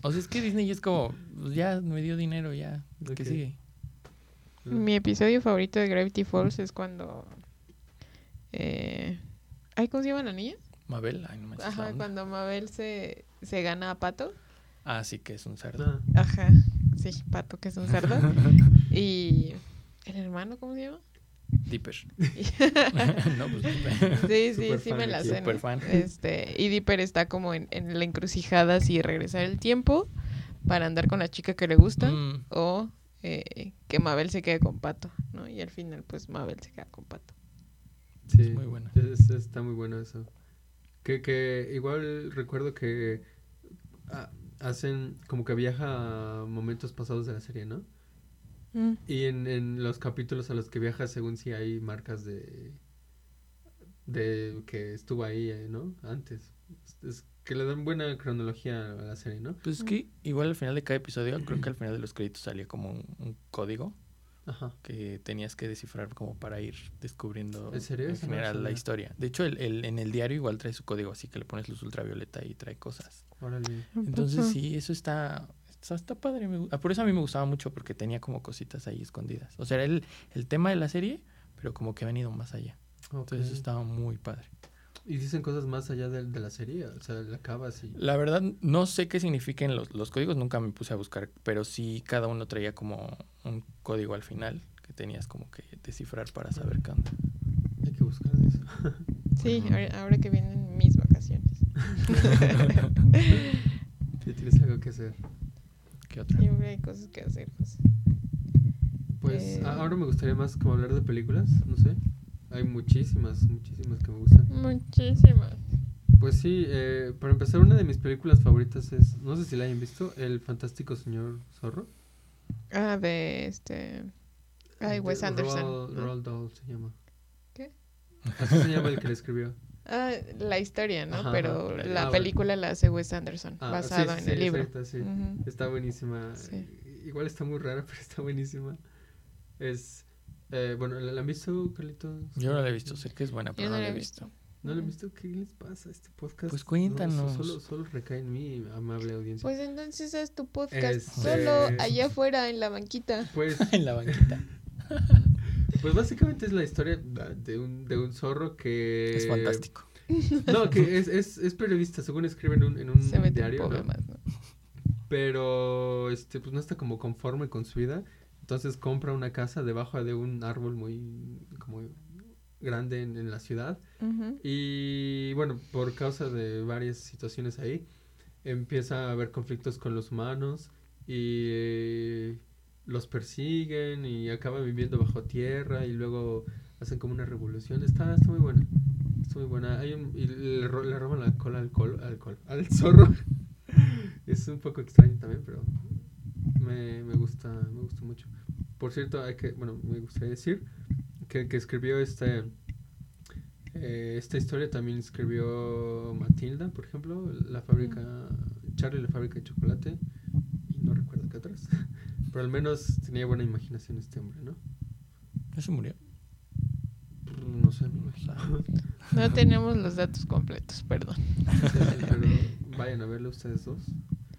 [SPEAKER 2] O sea, es que Disney es como, pues, ya me dio dinero, ya,
[SPEAKER 3] Ok.
[SPEAKER 2] ¿qué sigue?
[SPEAKER 1] Mi episodio favorito de Gravity Falls es cuando... Eh... ay, ¿Cómo se llama la niña?
[SPEAKER 2] Mabel, ay, no manches. la
[SPEAKER 1] Ajá,
[SPEAKER 2] onda.
[SPEAKER 1] cuando Mabel se, se gana a Pato.
[SPEAKER 2] Ah, sí que es un cerdo.
[SPEAKER 3] Ah,
[SPEAKER 1] Ajá, sí, Pato, que es un cerdo. y... ¿El hermano cómo se llama?
[SPEAKER 2] Dipper. no, pues Dipper.
[SPEAKER 1] Sí, sí,
[SPEAKER 3] Súper
[SPEAKER 1] sí
[SPEAKER 3] fan
[SPEAKER 1] me
[SPEAKER 3] de
[SPEAKER 1] la
[SPEAKER 3] Kid.
[SPEAKER 1] sé.
[SPEAKER 2] Súper
[SPEAKER 1] ¿no?
[SPEAKER 2] fan.
[SPEAKER 1] Este, y Dipper está como en, en la encrucijada si regresar el tiempo para andar con la chica que le gusta
[SPEAKER 2] Mm,
[SPEAKER 1] o eh, que Mabel se quede con Pato, ¿no? Y al final, pues, Mabel se queda con Pato.
[SPEAKER 3] sí,
[SPEAKER 2] muy buena.
[SPEAKER 3] es- es- está muy bueno eso. Que, que igual recuerdo que ah, hacen como que viaja a momentos pasados de la serie, ¿no? Y en, en los capítulos a los que viaja, según si hay marcas de. de que estuvo ahí, eh, ¿no? Antes. Es, es que le dan buena cronología a la serie, ¿no?
[SPEAKER 2] Pues es que igual al final de cada episodio, creo que al final de los créditos salía como un, un código
[SPEAKER 3] Ajá.
[SPEAKER 2] que tenías que descifrar como para ir descubriendo
[SPEAKER 3] ¿En serio? Eso no lo
[SPEAKER 2] general la
[SPEAKER 3] sabía.
[SPEAKER 2] historia. De hecho, el, el- en el diario igual trae su código, así que le pones luz ultravioleta y trae cosas.
[SPEAKER 3] Órale.
[SPEAKER 2] Entonces sí, eso está, está, está padre. me gu- ah, por eso a mí me gustaba mucho porque tenía como cositas ahí escondidas. O sea, era el, el tema de la serie, pero como que ha venido más allá.
[SPEAKER 3] Ok.
[SPEAKER 2] Entonces eso estaba muy padre.
[SPEAKER 3] Y dicen cosas más allá de, de la serie, o sea, la acabas y.
[SPEAKER 2] La verdad, no sé qué signifiquen los, los códigos, nunca me puse a buscar, pero sí cada uno traía como un código al final que tenías como que descifrar para saber qué onda.
[SPEAKER 3] Hay que buscar de eso.
[SPEAKER 1] Sí,
[SPEAKER 2] Ujú.
[SPEAKER 1] ahora, ahora que vienen mis vacaciones.
[SPEAKER 3] Ya tienes algo que hacer.
[SPEAKER 2] ¿Qué otra?
[SPEAKER 1] Siempre hay cosas que hacer. pues.
[SPEAKER 3] Pues
[SPEAKER 1] Eh.
[SPEAKER 3] a- ahora me gustaría más como hablar de películas, no sé. Hay muchísimas, muchísimas que me gustan.
[SPEAKER 1] Mm. Muchísimas.
[SPEAKER 3] Pues sí, eh, para empezar, una de mis películas favoritas es, no sé si la hayan visto, El Fantástico Señor Zorro.
[SPEAKER 1] Ah, de este... Ay,
[SPEAKER 3] De
[SPEAKER 1] Wes Anderson.
[SPEAKER 3] Roald,
[SPEAKER 1] ¿no?
[SPEAKER 3] Roald Dahl se llama.
[SPEAKER 1] ¿Qué?
[SPEAKER 3] Así se llama el que le escribió.
[SPEAKER 1] Ah, la historia, ¿no?
[SPEAKER 3] Ajá, ajá.
[SPEAKER 1] Pero
[SPEAKER 2] La-
[SPEAKER 1] la
[SPEAKER 3] ah, bueno.
[SPEAKER 1] película la hace Wes Anderson,
[SPEAKER 3] Ah,
[SPEAKER 1] basado
[SPEAKER 3] sí,
[SPEAKER 1] en
[SPEAKER 3] sí,
[SPEAKER 1] el libro.
[SPEAKER 3] exacto, sí.
[SPEAKER 1] Ujú.
[SPEAKER 3] Está buenísima.
[SPEAKER 1] Sí.
[SPEAKER 3] I- Igual está muy rara, pero está buenísima. Es, eh, bueno, ¿la, la han visto, Carlitos?
[SPEAKER 2] Yo no la he visto, sé que es buena, pero
[SPEAKER 1] Yo
[SPEAKER 2] no, la he visto.
[SPEAKER 3] ¿No la
[SPEAKER 1] Mm.
[SPEAKER 3] han visto? ¿Qué les pasa a este podcast?
[SPEAKER 2] Pues
[SPEAKER 3] No,
[SPEAKER 2] cuéntanos.
[SPEAKER 3] solo, solo recae en mí, amable audiencia.
[SPEAKER 1] Pues entonces es tu podcast
[SPEAKER 3] Este-
[SPEAKER 1] solo allá afuera en la banquita.
[SPEAKER 3] Pues,
[SPEAKER 2] en la banquita.
[SPEAKER 3] pues básicamente es la historia de un, de un zorro que...
[SPEAKER 2] es fantástico.
[SPEAKER 3] No, que es, es, es periodista, según escribe en un, en un
[SPEAKER 1] Se mete
[SPEAKER 3] diario,
[SPEAKER 1] un poco
[SPEAKER 3] ¿no?
[SPEAKER 1] más, ¿no?
[SPEAKER 3] pero este, pues no está como conforme con su vida, entonces compra una casa debajo de un árbol muy como grande en, en la ciudad
[SPEAKER 1] Ujú.
[SPEAKER 3] y bueno, por causa de varias situaciones ahí, empieza a haber conflictos con los humanos y eh, los persiguen y acaban viviendo bajo tierra y luego hacen como una revolución. Está, está muy buena. Está muy buena. Hay un- y le, ro- le roban la cola al, col- al, col- al zorro. es un poco extraño también, pero me, me gusta, me gusta mucho. Por cierto, hay que, bueno, me gustaría decir que el que escribió este... Eh, esta historia también escribió Matilda, por ejemplo, la fábrica, Charlie la fábrica de chocolate, y no recuerdo qué otras, pero al menos tenía buena imaginación este hombre, ¿no?
[SPEAKER 2] ¿No se murió?
[SPEAKER 3] No sé, me imagino.
[SPEAKER 1] No tenemos los datos completos, perdón.
[SPEAKER 3] pero vayan a verlo ustedes dos.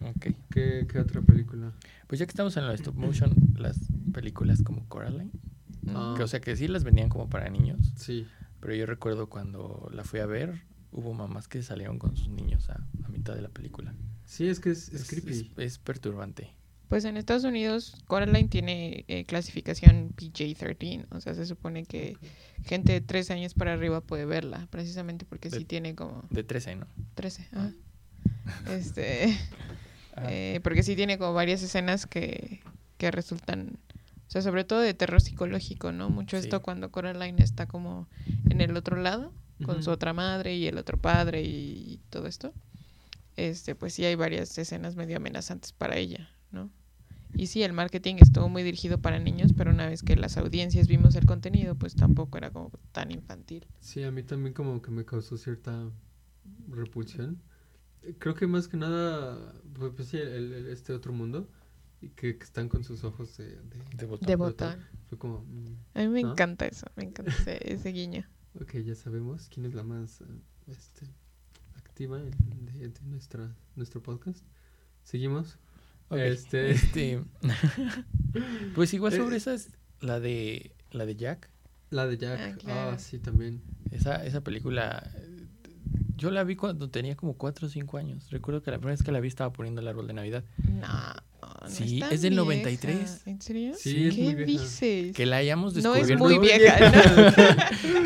[SPEAKER 2] Ok.
[SPEAKER 3] ¿Qué, qué otra película?
[SPEAKER 2] Pues ya que estamos en lo de stop motion, las películas como Coraline,
[SPEAKER 3] Ah.
[SPEAKER 2] que o sea que sí las vendían como para niños,
[SPEAKER 3] Sí,
[SPEAKER 2] pero yo recuerdo cuando la fui a ver, hubo mamás que salieron con sus niños a, a mitad de la película.
[SPEAKER 3] sí, es que es, es creepy.
[SPEAKER 2] es- es perturbante.
[SPEAKER 1] Pues en Estados Unidos, Coraline tiene eh, clasificación PJ-13, o sea, se supone que gente de 13 años para arriba puede verla, precisamente porque
[SPEAKER 2] De-
[SPEAKER 1] sí tiene como
[SPEAKER 2] De 13, ¿no?
[SPEAKER 1] 13.
[SPEAKER 3] Ah.
[SPEAKER 1] ajá. Este,
[SPEAKER 2] Ah,
[SPEAKER 1] eh, porque sí tiene como varias escenas que, que resultan, o sea, sobre todo de terror psicológico, ¿no? Mucho
[SPEAKER 2] Sí.
[SPEAKER 1] esto cuando Coraline está como en el otro lado, con
[SPEAKER 3] Ujú.
[SPEAKER 1] su otra madre y el otro padre y todo esto. Este, pues sí hay varias escenas medio amenazantes para ella, ¿no? Y sí, el marketing estuvo muy dirigido para niños, pero una vez que las audiencias vimos el contenido, pues tampoco era como tan infantil.
[SPEAKER 3] Sí, a mí también como que me causó cierta repulsión. Creo que más que nada, pues, pues sí, el- el- este otro mundo, y que, que están con sus ojos de, de-
[SPEAKER 2] De botón.
[SPEAKER 1] De botón.
[SPEAKER 3] Fue como, mm,
[SPEAKER 1] A mí me
[SPEAKER 3] ¿No?
[SPEAKER 1] encanta eso, me encanta ese, ese guiño.
[SPEAKER 3] ok, ya sabemos quién es la más eh, este, activa en- de, de nuestra, nuestro podcast. Seguimos.
[SPEAKER 2] Ok,
[SPEAKER 3] Este-
[SPEAKER 2] este, pues igual
[SPEAKER 3] Eh.
[SPEAKER 2] sobre esa es la de la de Jack.
[SPEAKER 3] La de Jack.
[SPEAKER 1] Ah,
[SPEAKER 3] Ah,
[SPEAKER 1] claro.
[SPEAKER 3] sí, también.
[SPEAKER 2] Esa, esa película, eh, yo la vi cuando tenía como 4 o 5 años. Recuerdo que la primera vez que la vi estaba poniendo el árbol de Navidad.
[SPEAKER 1] No, no
[SPEAKER 2] Sí,
[SPEAKER 1] tan
[SPEAKER 2] es del
[SPEAKER 1] vieja.
[SPEAKER 2] 93.
[SPEAKER 1] ¿En serio?
[SPEAKER 3] Sí,
[SPEAKER 2] Sí.
[SPEAKER 3] es muy
[SPEAKER 1] ¿Qué
[SPEAKER 3] vieja.
[SPEAKER 1] dices?
[SPEAKER 2] Que la hayamos
[SPEAKER 1] No es
[SPEAKER 2] descubierto.
[SPEAKER 1] muy vieja.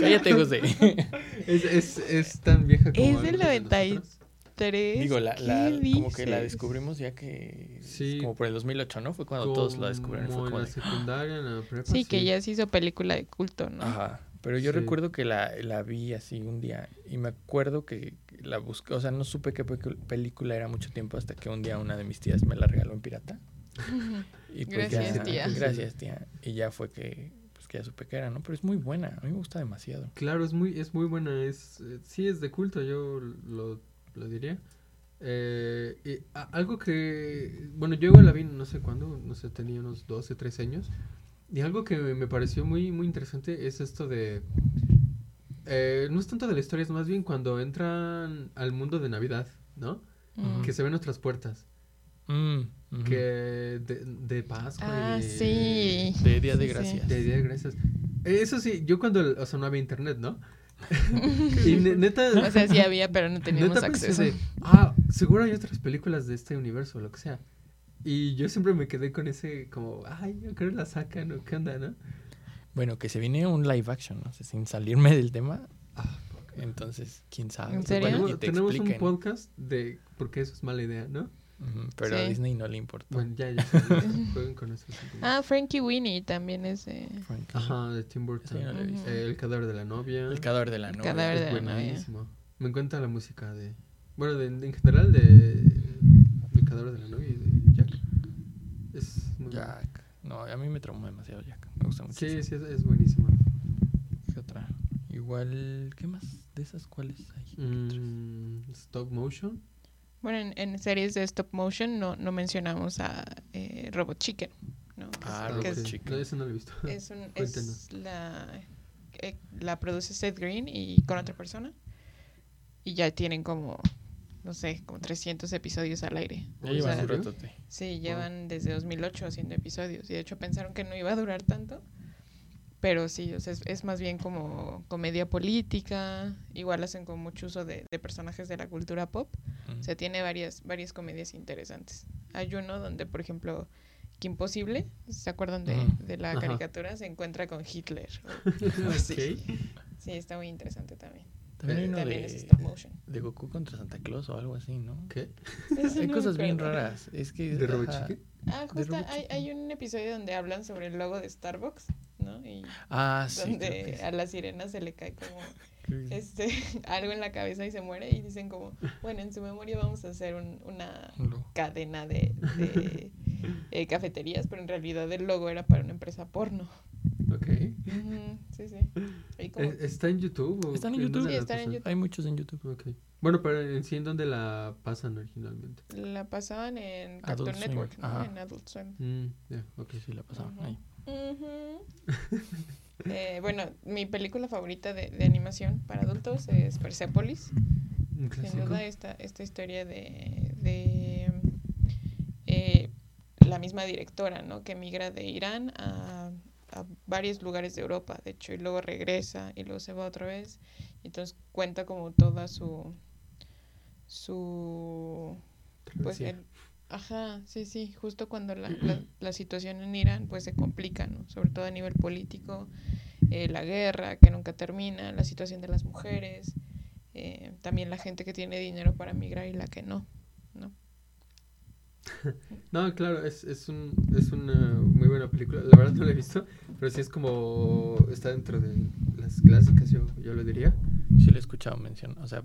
[SPEAKER 2] Cállate, José.
[SPEAKER 3] Es, es, es tan vieja como.
[SPEAKER 1] Es del
[SPEAKER 3] algunas de
[SPEAKER 1] 90 y-
[SPEAKER 3] nosotras.
[SPEAKER 1] ¿Tres?
[SPEAKER 2] Digo, la, la-
[SPEAKER 1] ¿Qué
[SPEAKER 2] como que la
[SPEAKER 1] dices?
[SPEAKER 2] descubrimos ya que
[SPEAKER 3] Sí.
[SPEAKER 2] como por el 2008, ¿no? Fue cuando todos la descubrieron. Fue
[SPEAKER 3] Como en
[SPEAKER 2] como
[SPEAKER 3] la
[SPEAKER 2] de- "Ah".
[SPEAKER 3] secundaria, en la prepa.
[SPEAKER 1] Sí, que ya se hizo película de culto, ¿no?
[SPEAKER 2] Ajá. Pero yo
[SPEAKER 3] Sí.
[SPEAKER 2] recuerdo que la, la vi así un día y me acuerdo que la busqué, o sea, no supe qué pe- película era mucho tiempo hasta que un día una de mis tías me la regaló en pirata. Y pues ya-
[SPEAKER 1] Gracias, tía.
[SPEAKER 2] Gracias, tía. Y ya fue que, pues que ya supe que era, ¿no? Pero es muy buena, a mí me gusta demasiado.
[SPEAKER 3] Claro, es muy, es muy buena. Es, eh, sí, es de culto, yo lo, lo diría. Eh, y a- algo que. Bueno, yo igual la vi no sé cuándo, no sé, tenía unos 12, 13 años. Y algo que me pareció muy, muy interesante es esto de. eh, no es tanto de la historia, es más bien cuando entran al mundo de Navidad, ¿no?
[SPEAKER 1] Mm.
[SPEAKER 3] Que se ven nuestras puertas.
[SPEAKER 2] Mm, ujú.
[SPEAKER 3] Que de, de Pascua
[SPEAKER 1] Ah,
[SPEAKER 3] y de-
[SPEAKER 1] sí.
[SPEAKER 2] De Día de
[SPEAKER 1] Sí, sí.
[SPEAKER 2] Gracias.
[SPEAKER 3] De Día de Gracias. Eh, Eso sí, yo cuando, o sea, no había internet, ¿no? y ne- neta,
[SPEAKER 1] O sea, sí había, pero no teníamos
[SPEAKER 3] neta
[SPEAKER 2] pues,
[SPEAKER 3] pensé
[SPEAKER 1] acceso.
[SPEAKER 3] de, ah, seguro hay otras películas de este universo, lo que sea. Y yo siempre me quedé con ese, como, ay, yo creo que la sacan, o qué onda, ¿no?
[SPEAKER 2] Bueno, que se viene un live action, no sé, sin salirme del tema.
[SPEAKER 3] Ah,
[SPEAKER 2] Entonces, quién sabe.
[SPEAKER 1] ¿En serio?
[SPEAKER 2] Igual y
[SPEAKER 3] Tenemos,
[SPEAKER 2] te
[SPEAKER 3] tenemos un
[SPEAKER 2] expliquen. Ah.
[SPEAKER 3] podcast de por qué eso es mala idea, ¿no?
[SPEAKER 2] Ujú, Pero a
[SPEAKER 1] Sí.
[SPEAKER 2] Disney no le importó.
[SPEAKER 3] Bueno, ya, ya, saben, jueguen con eso. sí.
[SPEAKER 1] Ah, Frankie Winnie también es de...
[SPEAKER 2] Frank.
[SPEAKER 3] Ajá, de Tim
[SPEAKER 2] Ese
[SPEAKER 3] Burton.
[SPEAKER 2] yo no lo he
[SPEAKER 1] Ujú.
[SPEAKER 2] visto.
[SPEAKER 3] Eh, el cadáver de la novia.
[SPEAKER 2] El cadáver de la
[SPEAKER 1] El
[SPEAKER 2] novia.
[SPEAKER 1] cadáver
[SPEAKER 3] Es
[SPEAKER 1] de la novia.
[SPEAKER 3] buenísimo. Me encanta la música de. Bueno, de- en general de. de Cadáver de la novia y de Jack. Es muy buena.
[SPEAKER 2] Jack. No, a mí me traumó demasiado Jack. Me gusta mucho.
[SPEAKER 3] Sí, sí, es, es buenísima.
[SPEAKER 2] ¿Qué otra? Igual, ¿qué más de esas cuáles hay?
[SPEAKER 3] Mm, stop motion.
[SPEAKER 1] Bueno, en, en series de stop motion no, no mencionamos a eh, Robot Chicken, ¿no?
[SPEAKER 2] Ah,
[SPEAKER 1] Que
[SPEAKER 3] Robot
[SPEAKER 1] es,
[SPEAKER 2] Robot
[SPEAKER 3] Chicken. No, eso no lo he visto.
[SPEAKER 1] es un- es
[SPEAKER 3] Cuéntanos.
[SPEAKER 1] la, eh, la produce Seth Green y con otra persona. Y ya tienen como, no sé, como 300 episodios al aire.
[SPEAKER 2] Ya
[SPEAKER 3] O
[SPEAKER 2] llevan
[SPEAKER 1] sea,
[SPEAKER 2] un ratote.
[SPEAKER 1] Sí,
[SPEAKER 3] Wow.
[SPEAKER 1] llevan desde 2008 haciendo episodios. Y de hecho pensaron que no iba a durar tanto. Pero sí, o sea, es, es más bien como comedia política. Igual hacen como mucho uso de, de personajes de la cultura pop.
[SPEAKER 2] Mm.
[SPEAKER 1] O sea, tiene varias, varias comedias interesantes. Hay uno donde, por ejemplo, que Imposible, ¿se acuerdan de,
[SPEAKER 2] Ujú.
[SPEAKER 1] de la
[SPEAKER 3] Ajá.
[SPEAKER 1] caricatura? Se encuentra con Hitler. o- o así.
[SPEAKER 3] Ok.
[SPEAKER 1] Sí, está muy interesante también.
[SPEAKER 2] También hay uno
[SPEAKER 1] También
[SPEAKER 2] de,
[SPEAKER 1] es stop motion.
[SPEAKER 2] de Goku contra Santa Claus o algo así, ¿no?
[SPEAKER 3] ¿Qué?
[SPEAKER 1] Eso
[SPEAKER 2] Hay
[SPEAKER 1] no me
[SPEAKER 2] cosas bien
[SPEAKER 1] acuerdo.
[SPEAKER 2] raras. Es que.
[SPEAKER 3] ¿De Robot
[SPEAKER 2] ajá.
[SPEAKER 3] Chicken?
[SPEAKER 1] Ah,
[SPEAKER 2] de
[SPEAKER 1] justo
[SPEAKER 2] Robot
[SPEAKER 1] hay,
[SPEAKER 2] Chicken.
[SPEAKER 1] hay un episodio donde hablan sobre el logo de Starbucks, ¿no? Y
[SPEAKER 2] Ah, sí. creo que
[SPEAKER 1] donde
[SPEAKER 2] sí.
[SPEAKER 1] a la sirena se le cae como
[SPEAKER 2] Creo que-
[SPEAKER 1] este algo en la cabeza y se muere y dicen como, bueno, en su memoria vamos a hacer un- una
[SPEAKER 2] Lo-
[SPEAKER 1] cadena de, de, eh, cafeterías, pero en realidad el logo era para una empresa porno.
[SPEAKER 3] Ok.
[SPEAKER 1] Ujú, sí, sí. Y como-
[SPEAKER 3] Eh, ¿Está en YouTube? o
[SPEAKER 2] Están en
[SPEAKER 3] dónde
[SPEAKER 2] YouTube.
[SPEAKER 1] Sí,
[SPEAKER 3] la
[SPEAKER 1] están en
[SPEAKER 3] pasan?
[SPEAKER 2] Hay muchos en YouTube.
[SPEAKER 3] Ok. Bueno, pero en sí, ¿en dónde la pasan originalmente?
[SPEAKER 1] la pasaban en
[SPEAKER 2] Adult
[SPEAKER 1] Cartoon
[SPEAKER 2] Swim,
[SPEAKER 1] Network, ¿no?
[SPEAKER 2] ajá.
[SPEAKER 1] En Adult Swim.
[SPEAKER 3] Mm, ya, ok.
[SPEAKER 2] Sí, sí, la pasaban
[SPEAKER 1] Ujú.
[SPEAKER 2] ahí.
[SPEAKER 1] Ujú. Eh, bueno, mi película favorita de, de animación para adultos es Persepolis.
[SPEAKER 3] Un
[SPEAKER 1] Sin
[SPEAKER 3] clásico.
[SPEAKER 1] duda esta, esta historia de, de, eh, la misma directora, ¿no? Que migra de Irán a, a varios lugares de Europa, de hecho, y luego regresa y luego se va otra vez. Entonces cuenta como toda su... su pues
[SPEAKER 3] Travesía.
[SPEAKER 1] el- ajá, sí, sí, justo cuando la, la, la situación en Irán pues se complica, ¿no? Sobre todo a nivel político, eh, la guerra que nunca termina, la situación de las mujeres, eh, también la gente que tiene dinero para migrar y la que no, ¿no?
[SPEAKER 3] No, claro, es, es, un, es una muy buena película. La verdad no la he visto, pero sí es como. Está dentro de las clásicas, yo, yo lo diría.
[SPEAKER 2] Sí, la he escuchado mencionar. O sea,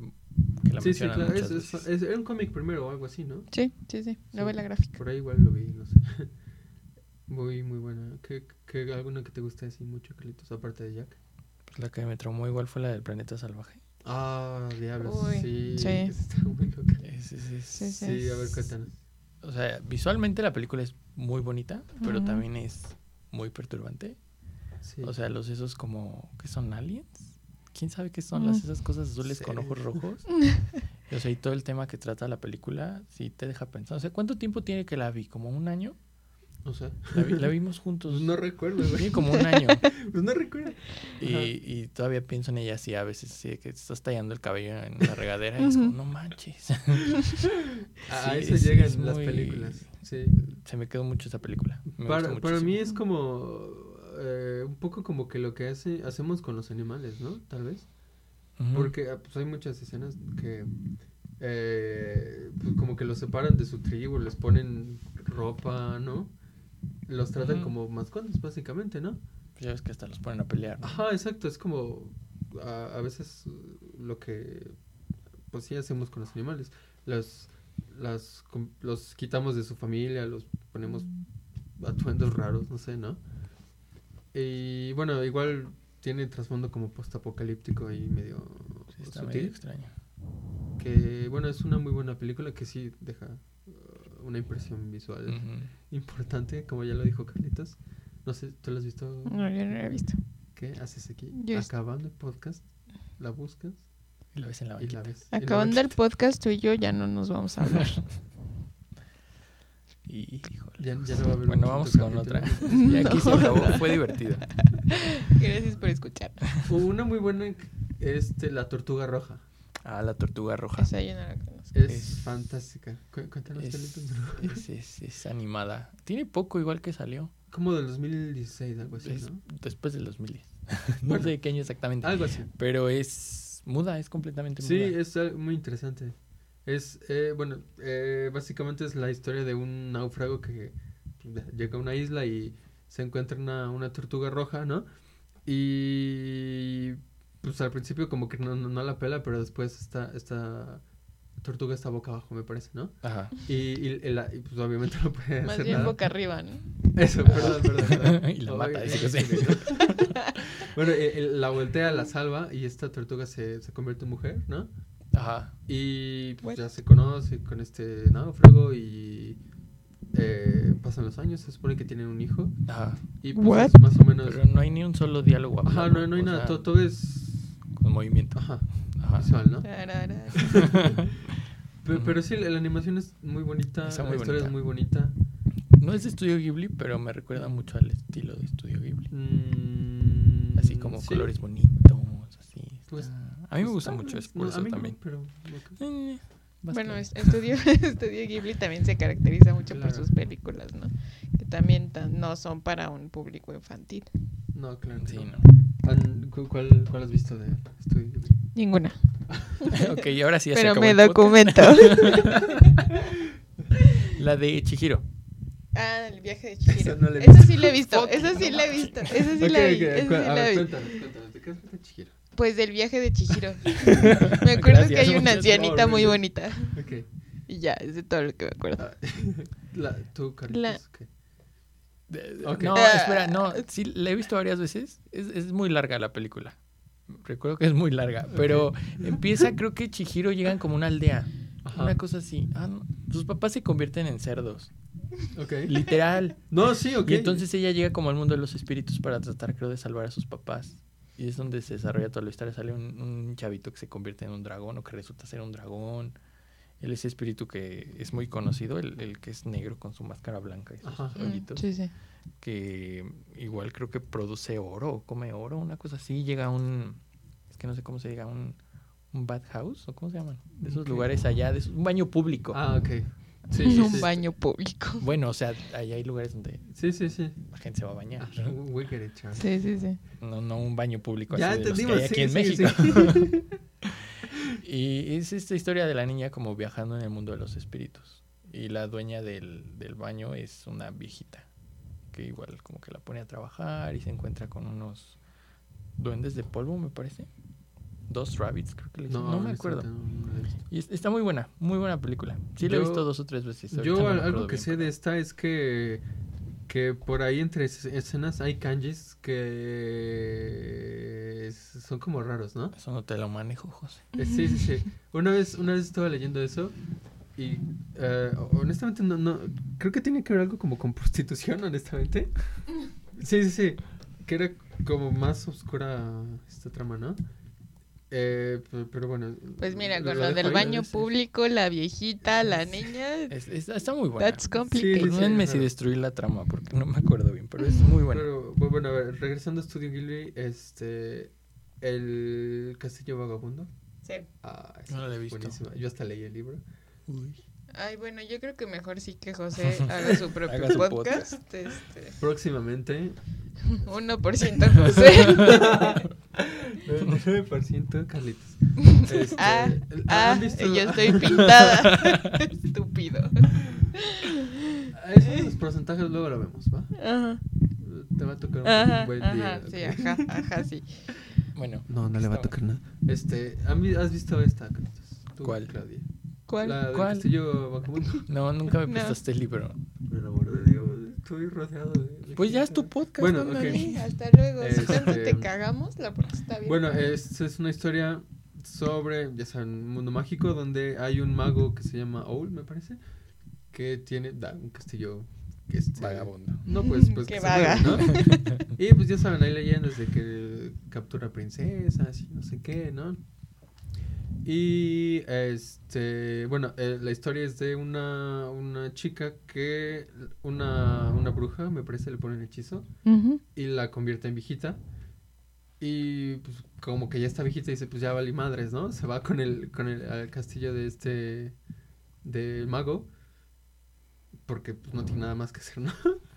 [SPEAKER 2] que la
[SPEAKER 3] sí, sí,
[SPEAKER 2] mencionan
[SPEAKER 3] claro. Es,
[SPEAKER 2] muchas
[SPEAKER 3] es,
[SPEAKER 2] veces.
[SPEAKER 3] es- era un cómic primero o algo así, ¿no?
[SPEAKER 1] Sí, sí, sí,
[SPEAKER 3] Sí.
[SPEAKER 1] novela gráfica.
[SPEAKER 3] Por ahí igual lo vi, no sé. Muy, muy buena. ¿Qué, qué, alguna que te guste así mucho, Carlitos, aparte de Jack?
[SPEAKER 2] Pues la que me traumó igual fue la del planeta salvaje.
[SPEAKER 3] Ah, diablos,
[SPEAKER 1] Uy,
[SPEAKER 3] sí.
[SPEAKER 1] sí.
[SPEAKER 3] Está muy loca.
[SPEAKER 2] Es- es- es-
[SPEAKER 1] Sí, sí.
[SPEAKER 3] Sí, a ver, cuéntanos.
[SPEAKER 2] O sea, visualmente la película es muy bonita, pero
[SPEAKER 1] Ujú.
[SPEAKER 2] también es muy perturbante.
[SPEAKER 3] Sí.
[SPEAKER 2] O sea, los esos como que son aliens. ¿Quién sabe qué son
[SPEAKER 1] Mm.
[SPEAKER 2] las esas cosas azules con
[SPEAKER 3] Sí.
[SPEAKER 2] ojos rojos? Y, O sea, y todo el tema que trata la película sí te deja pensando. O sea, ¿cuánto tiempo tiene que la vi? ¿Como un año?
[SPEAKER 3] o sea, pues,
[SPEAKER 2] La, vi- la vimos juntos.
[SPEAKER 3] no recuerdo, güey.
[SPEAKER 2] Sí, como un año.
[SPEAKER 3] Pues no recuerdo.
[SPEAKER 2] Y,
[SPEAKER 3] Ajá.
[SPEAKER 2] y todavía pienso en ella así a veces, así de que te estás tallando el cabello en la regadera y es como,
[SPEAKER 1] Ujú.
[SPEAKER 2] no manches.
[SPEAKER 3] A
[SPEAKER 2] Sí,
[SPEAKER 3] eso
[SPEAKER 2] es-
[SPEAKER 3] llegan
[SPEAKER 2] es
[SPEAKER 3] las
[SPEAKER 2] muy-
[SPEAKER 3] películas. Sí.
[SPEAKER 2] Se me quedó mucho esa película. Me
[SPEAKER 3] Para,
[SPEAKER 2] gustó
[SPEAKER 3] para mí
[SPEAKER 2] muchísimo.
[SPEAKER 3] es como eh, un poco como que lo que hace, hacemos con los animales, ¿no? Tal vez.
[SPEAKER 2] Ujú.
[SPEAKER 3] Porque ah, pues, hay muchas escenas que eh, pues, como que los separan de su tribu, les ponen ropa, ¿no? Los tratan
[SPEAKER 2] Ujú.
[SPEAKER 3] como mascotas, básicamente, ¿no?
[SPEAKER 2] Pues ya ves que hasta los ponen a pelear. ¿no?
[SPEAKER 3] Ajá, exacto, es como a, a veces uh, lo que pues sí hacemos con los animales. Los, las com- los quitamos de su familia, los ponemos atuendos raros, no sé, ¿no? Y bueno, igual tiene trasfondo como postapocalíptico y medio
[SPEAKER 2] Sí, está medio
[SPEAKER 3] sutil.
[SPEAKER 2] extraño.
[SPEAKER 3] Que bueno, es una muy buena película que sí deja uh, una impresión visual
[SPEAKER 2] Ujú.
[SPEAKER 3] importante, como ya lo dijo Carlitos. No sé, ¿tú lo has visto?
[SPEAKER 1] No, yo no la he visto.
[SPEAKER 3] ¿Qué haces aquí?
[SPEAKER 1] Yo est-
[SPEAKER 3] Acabando el podcast, la buscas
[SPEAKER 2] Y la ves en la
[SPEAKER 3] y la
[SPEAKER 2] banquita.
[SPEAKER 3] ves.
[SPEAKER 1] Acabando el podcast, tú y yo ya no nos vamos a hablar.
[SPEAKER 2] Y, híjole.
[SPEAKER 3] Ya, ya no va a haber
[SPEAKER 2] Bueno,
[SPEAKER 3] un
[SPEAKER 2] vamos
[SPEAKER 3] quinto
[SPEAKER 2] con otra.
[SPEAKER 3] capítulo.
[SPEAKER 2] Y aquí se
[SPEAKER 1] No.
[SPEAKER 2] acabó. Fue divertido.
[SPEAKER 1] Gracias por escuchar.
[SPEAKER 3] Una muy buena este, La Tortuga Roja.
[SPEAKER 2] Ah, la tortuga roja.
[SPEAKER 1] Esa yo no la conozco.
[SPEAKER 3] Es,
[SPEAKER 2] Es-
[SPEAKER 3] fantástica. Cu- Cuéntanos,
[SPEAKER 2] Es,
[SPEAKER 3] Carlitos, ¿no?
[SPEAKER 2] es- es- es animada. Tiene poco igual que salió.
[SPEAKER 3] Como del 2016, algo así,
[SPEAKER 2] Es
[SPEAKER 3] Pues ¿no?
[SPEAKER 2] después del 2010. no
[SPEAKER 3] Bueno.
[SPEAKER 2] sé de qué año exactamente.
[SPEAKER 3] Algo así.
[SPEAKER 2] Pero es muda, es completamente
[SPEAKER 3] Sí,
[SPEAKER 2] muda.
[SPEAKER 3] es al- muy interesante. Es, eh, bueno, eh, básicamente es la historia de un náufrago que pues, llega a una isla y se encuentra una, una tortuga roja, ¿no? Y pues al principio como que no, no, no la pela, pero después esta, esta tortuga está boca abajo, me parece, ¿no?
[SPEAKER 2] Ajá.
[SPEAKER 3] Y, y- y la- y, pues obviamente no puede
[SPEAKER 1] Más
[SPEAKER 3] hacer
[SPEAKER 1] bien
[SPEAKER 3] nada.
[SPEAKER 1] boca arriba, ¿no?
[SPEAKER 3] Eso, perdón, perdón. perdón.
[SPEAKER 2] Y la mata,
[SPEAKER 3] Ay,
[SPEAKER 2] dice que
[SPEAKER 3] sí,
[SPEAKER 2] sí.
[SPEAKER 3] bueno, eh, eh, la voltea, la salva y esta tortuga se, se convierte en mujer, ¿no?
[SPEAKER 2] Ajá.
[SPEAKER 3] Y pues,
[SPEAKER 1] What?
[SPEAKER 3] ya se conoce con este náufrago y eh, pasan los años, se supone que tienen un hijo.
[SPEAKER 2] Ajá.
[SPEAKER 3] Y pues
[SPEAKER 1] What?
[SPEAKER 3] es más o menos...
[SPEAKER 2] Pero no hay ni un solo diálogo.
[SPEAKER 3] Ajá,
[SPEAKER 2] hablado,
[SPEAKER 3] no, no hay
[SPEAKER 2] o
[SPEAKER 3] nada,
[SPEAKER 2] sea, Ah.
[SPEAKER 3] todo, Ah, todo es...
[SPEAKER 2] Con movimiento.
[SPEAKER 3] Ajá,
[SPEAKER 2] Ajá.
[SPEAKER 3] visual, ¿no? Pe-
[SPEAKER 1] Tarara.
[SPEAKER 3] Pero, sí, la, la animación es muy bonita,
[SPEAKER 2] Está
[SPEAKER 3] la
[SPEAKER 2] muy
[SPEAKER 3] historia es
[SPEAKER 2] bonita.
[SPEAKER 3] muy bonita.
[SPEAKER 2] No es de Estudio Ghibli, pero me recuerda mucho al estilo de Estudio Ghibli.
[SPEAKER 3] Mm,
[SPEAKER 2] Así como
[SPEAKER 3] sí.
[SPEAKER 2] colores bonitos, así.
[SPEAKER 3] Pues-
[SPEAKER 2] está- a mí me
[SPEAKER 3] Pues,
[SPEAKER 2] gusta
[SPEAKER 3] ah,
[SPEAKER 2] mucho, es
[SPEAKER 3] no,
[SPEAKER 2] por
[SPEAKER 3] a
[SPEAKER 2] eso
[SPEAKER 3] mí no,
[SPEAKER 2] también.
[SPEAKER 3] pero, ok.
[SPEAKER 2] Eh, vas
[SPEAKER 1] Bueno,
[SPEAKER 2] tú.
[SPEAKER 1] es- estudio, estudio Ghibli también se caracteriza mucho por
[SPEAKER 3] Claro.
[SPEAKER 1] sus películas, ¿no? Que también tan- no son para un público infantil.
[SPEAKER 3] No, claro.
[SPEAKER 2] Sí,
[SPEAKER 3] no.
[SPEAKER 2] no.
[SPEAKER 3] Han- cu- ¿Cuál, ¿Cuál has visto de este Estudio Ghibli?
[SPEAKER 1] Ninguna.
[SPEAKER 2] ok, y ahora sí ya se
[SPEAKER 1] Pero
[SPEAKER 2] acabó
[SPEAKER 1] me
[SPEAKER 2] el podcast.
[SPEAKER 1] documento.
[SPEAKER 2] La de Chihiro.
[SPEAKER 1] ah, el viaje de Chihiro.
[SPEAKER 3] Esa
[SPEAKER 1] Esa,
[SPEAKER 3] no la he
[SPEAKER 1] sí la he visto.
[SPEAKER 2] Fuck,
[SPEAKER 1] Esa sí
[SPEAKER 2] no
[SPEAKER 1] la he
[SPEAKER 2] manches.
[SPEAKER 1] visto. Esa sí la
[SPEAKER 3] Ok,
[SPEAKER 1] vi.
[SPEAKER 3] ok,
[SPEAKER 1] esa sí
[SPEAKER 3] cu- a
[SPEAKER 1] la
[SPEAKER 3] ver,
[SPEAKER 1] vi.
[SPEAKER 3] cuéntanos, cuéntanos, ¿de qué trata Chihiro?
[SPEAKER 1] Pues del viaje de Chihiro. Me acuerdo que
[SPEAKER 2] Gracias,
[SPEAKER 1] hay una
[SPEAKER 2] muchas
[SPEAKER 1] ancianita muy
[SPEAKER 3] gracias.
[SPEAKER 1] bonita.
[SPEAKER 3] Ok.
[SPEAKER 1] Y ya, es de todo lo que me acuerdo.
[SPEAKER 3] Ah, La, tú, Carlitos,
[SPEAKER 1] La-
[SPEAKER 3] ok.
[SPEAKER 2] Eh,
[SPEAKER 3] Ok.
[SPEAKER 2] No,
[SPEAKER 1] Ah.
[SPEAKER 2] espera, no. Sí, la he visto varias veces. Es, es muy larga la película. Recuerdo que es muy larga. Pero empieza, creo que Chihiro llegan como una aldea.
[SPEAKER 3] Ajá.
[SPEAKER 2] Una cosa así. Ah, no, Sus papás se convierten en cerdos.
[SPEAKER 3] Ok.
[SPEAKER 2] Literal.
[SPEAKER 3] No, sí, ok.
[SPEAKER 2] Y entonces ella llega como al mundo de los espíritus para tratar, creo, de salvar a sus papás. Y es donde se desarrolla toda la historia. Sale un, un chavito que se convierte en un dragón o que resulta ser un dragón. Él es espíritu que es muy conocido, el, el que es negro con su máscara blanca y sus
[SPEAKER 3] Ajá.
[SPEAKER 1] Mm,
[SPEAKER 2] hoyitos.
[SPEAKER 1] Sí, sí.
[SPEAKER 2] Que igual creo que produce oro o come oro, una cosa así. Llega a un. Es que no sé cómo se llega, un, un bad house o cómo se llaman. De esos
[SPEAKER 3] Ok.
[SPEAKER 2] lugares allá, de esos- un baño público.
[SPEAKER 3] Ah, ok. Sí,
[SPEAKER 1] En
[SPEAKER 3] sí,
[SPEAKER 1] un
[SPEAKER 3] sí.
[SPEAKER 1] baño público.
[SPEAKER 2] Bueno, o sea, allá hay lugares donde
[SPEAKER 3] Sí, sí, sí.
[SPEAKER 2] la gente se va a bañar.
[SPEAKER 3] Ah, we get it, Charlie.
[SPEAKER 1] Sí, sí, sí.
[SPEAKER 2] No, no un baño público
[SPEAKER 3] Ya
[SPEAKER 2] así de los que
[SPEAKER 3] entendimos.
[SPEAKER 2] hay aquí
[SPEAKER 3] sí,
[SPEAKER 2] en
[SPEAKER 3] sí,
[SPEAKER 2] México.
[SPEAKER 3] sí.
[SPEAKER 2] Y es esta historia de la niña como viajando en el mundo de los espíritus. Y la dueña del, del baño es una viejita que igual como que la pone a trabajar y se encuentra con unos duendes de polvo, me parece. Dos rabbits, creo que le dicen. No, me acuerdo.
[SPEAKER 3] honestamente, no, no la he visto.
[SPEAKER 2] Y es- está muy buena, muy buena película. Sí la he
[SPEAKER 3] Yo-
[SPEAKER 2] visto dos o tres veces. ahorita
[SPEAKER 3] Yo
[SPEAKER 2] no me
[SPEAKER 3] al-
[SPEAKER 2] acuerdo
[SPEAKER 3] algo que
[SPEAKER 2] bien,
[SPEAKER 3] sé de
[SPEAKER 2] pero-
[SPEAKER 3] esta es que que por ahí entre es- escenas hay kanjis que es- son como raros, ¿no?
[SPEAKER 2] Eso no te lo manejo, José.
[SPEAKER 3] Eh, Sí, sí, sí. Una vez, una vez estaba leyendo eso y eh, honestamente no, no, creo que tiene que ver algo como con prostitución, honestamente. Sí, sí, sí. Que era como más oscura esta trama, ¿no? Eh, pe- pero bueno.
[SPEAKER 1] Pues mira,
[SPEAKER 3] lo-
[SPEAKER 1] con
[SPEAKER 3] lo
[SPEAKER 1] lo
[SPEAKER 3] dejo
[SPEAKER 1] del
[SPEAKER 3] ahí.
[SPEAKER 1] baño
[SPEAKER 2] sí, sí.
[SPEAKER 1] público, la viejita, la niña,
[SPEAKER 2] Es- es- está muy buena.
[SPEAKER 1] that's complicated.
[SPEAKER 3] sí, sí.
[SPEAKER 2] Perdónenme si
[SPEAKER 3] claro.
[SPEAKER 2] destruí la trama porque no me acuerdo bien, pero es muy buena.
[SPEAKER 3] Pero bu- bueno, a ver, regresando a Studio Ghibli, este. El Castillo Vagabundo.
[SPEAKER 1] Sí.
[SPEAKER 3] Ah,
[SPEAKER 2] No
[SPEAKER 3] esa
[SPEAKER 2] la he
[SPEAKER 3] es
[SPEAKER 2] visto.
[SPEAKER 3] buenísima. Yo hasta leí el libro.
[SPEAKER 2] Uy.
[SPEAKER 1] Ay, bueno, yo creo que mejor sí que José haga su propio
[SPEAKER 2] Haga su
[SPEAKER 1] podcast. Este,
[SPEAKER 3] Próximamente,
[SPEAKER 1] 1% José.
[SPEAKER 3] 99% Carlitos. Este,
[SPEAKER 1] ah,
[SPEAKER 3] ¿han
[SPEAKER 1] ah,
[SPEAKER 3] visto-
[SPEAKER 1] yo estoy pintada. Estúpido.
[SPEAKER 3] Ah, Esos los porcentajes luego lo vemos, ¿va?
[SPEAKER 1] Ajá,
[SPEAKER 3] Te va a tocar un
[SPEAKER 1] ajá,
[SPEAKER 3] buen día.
[SPEAKER 1] ajá, sí,
[SPEAKER 3] ¿ok?
[SPEAKER 1] ajá, ajá, sí.
[SPEAKER 2] Bueno,
[SPEAKER 3] No, no le va a
[SPEAKER 2] Está
[SPEAKER 3] tocar nada. Este, ¿han vi- ¿has visto esta, Carlitos? Tú,
[SPEAKER 2] ¿Cuál?
[SPEAKER 3] Claudia.
[SPEAKER 1] ¿Cuál?
[SPEAKER 3] La del
[SPEAKER 2] ¿Cuál?
[SPEAKER 3] Castillo Vagabundo.
[SPEAKER 2] no, nunca me
[SPEAKER 1] No.
[SPEAKER 2] prestaste el libro.
[SPEAKER 3] Por el amor de Dios, estoy rodeado de.
[SPEAKER 2] Pues ya es tu podcast.
[SPEAKER 3] Bueno,
[SPEAKER 2] ¿no,
[SPEAKER 3] ok.
[SPEAKER 2] Nani?
[SPEAKER 1] Sí, hasta luego. Si
[SPEAKER 3] Este-
[SPEAKER 1] tanto te cagamos, la puerta está bien.
[SPEAKER 3] Bueno, eh, es, es una historia sobre, ya saben, un mundo mágico donde hay un mago que se llama Owl, me parece, que tiene da, un castillo que este,
[SPEAKER 2] Vagabundo.
[SPEAKER 3] No, pues, pues
[SPEAKER 1] Qué
[SPEAKER 3] que se
[SPEAKER 1] vaga.
[SPEAKER 3] mueve, ¿no? y pues ya saben, hay leyendas de que captura princesas y no sé qué, ¿no? Y este, bueno, eh, la historia es de una, una chica que una, una bruja, me parece, le pone un hechizo y la convierte en viejita. Y pues como que ya está viejita y dice, pues ya vale madres, ¿no? Se va con el, con el al castillo de este del mago. Porque pues no tiene nada más que hacer, ¿no?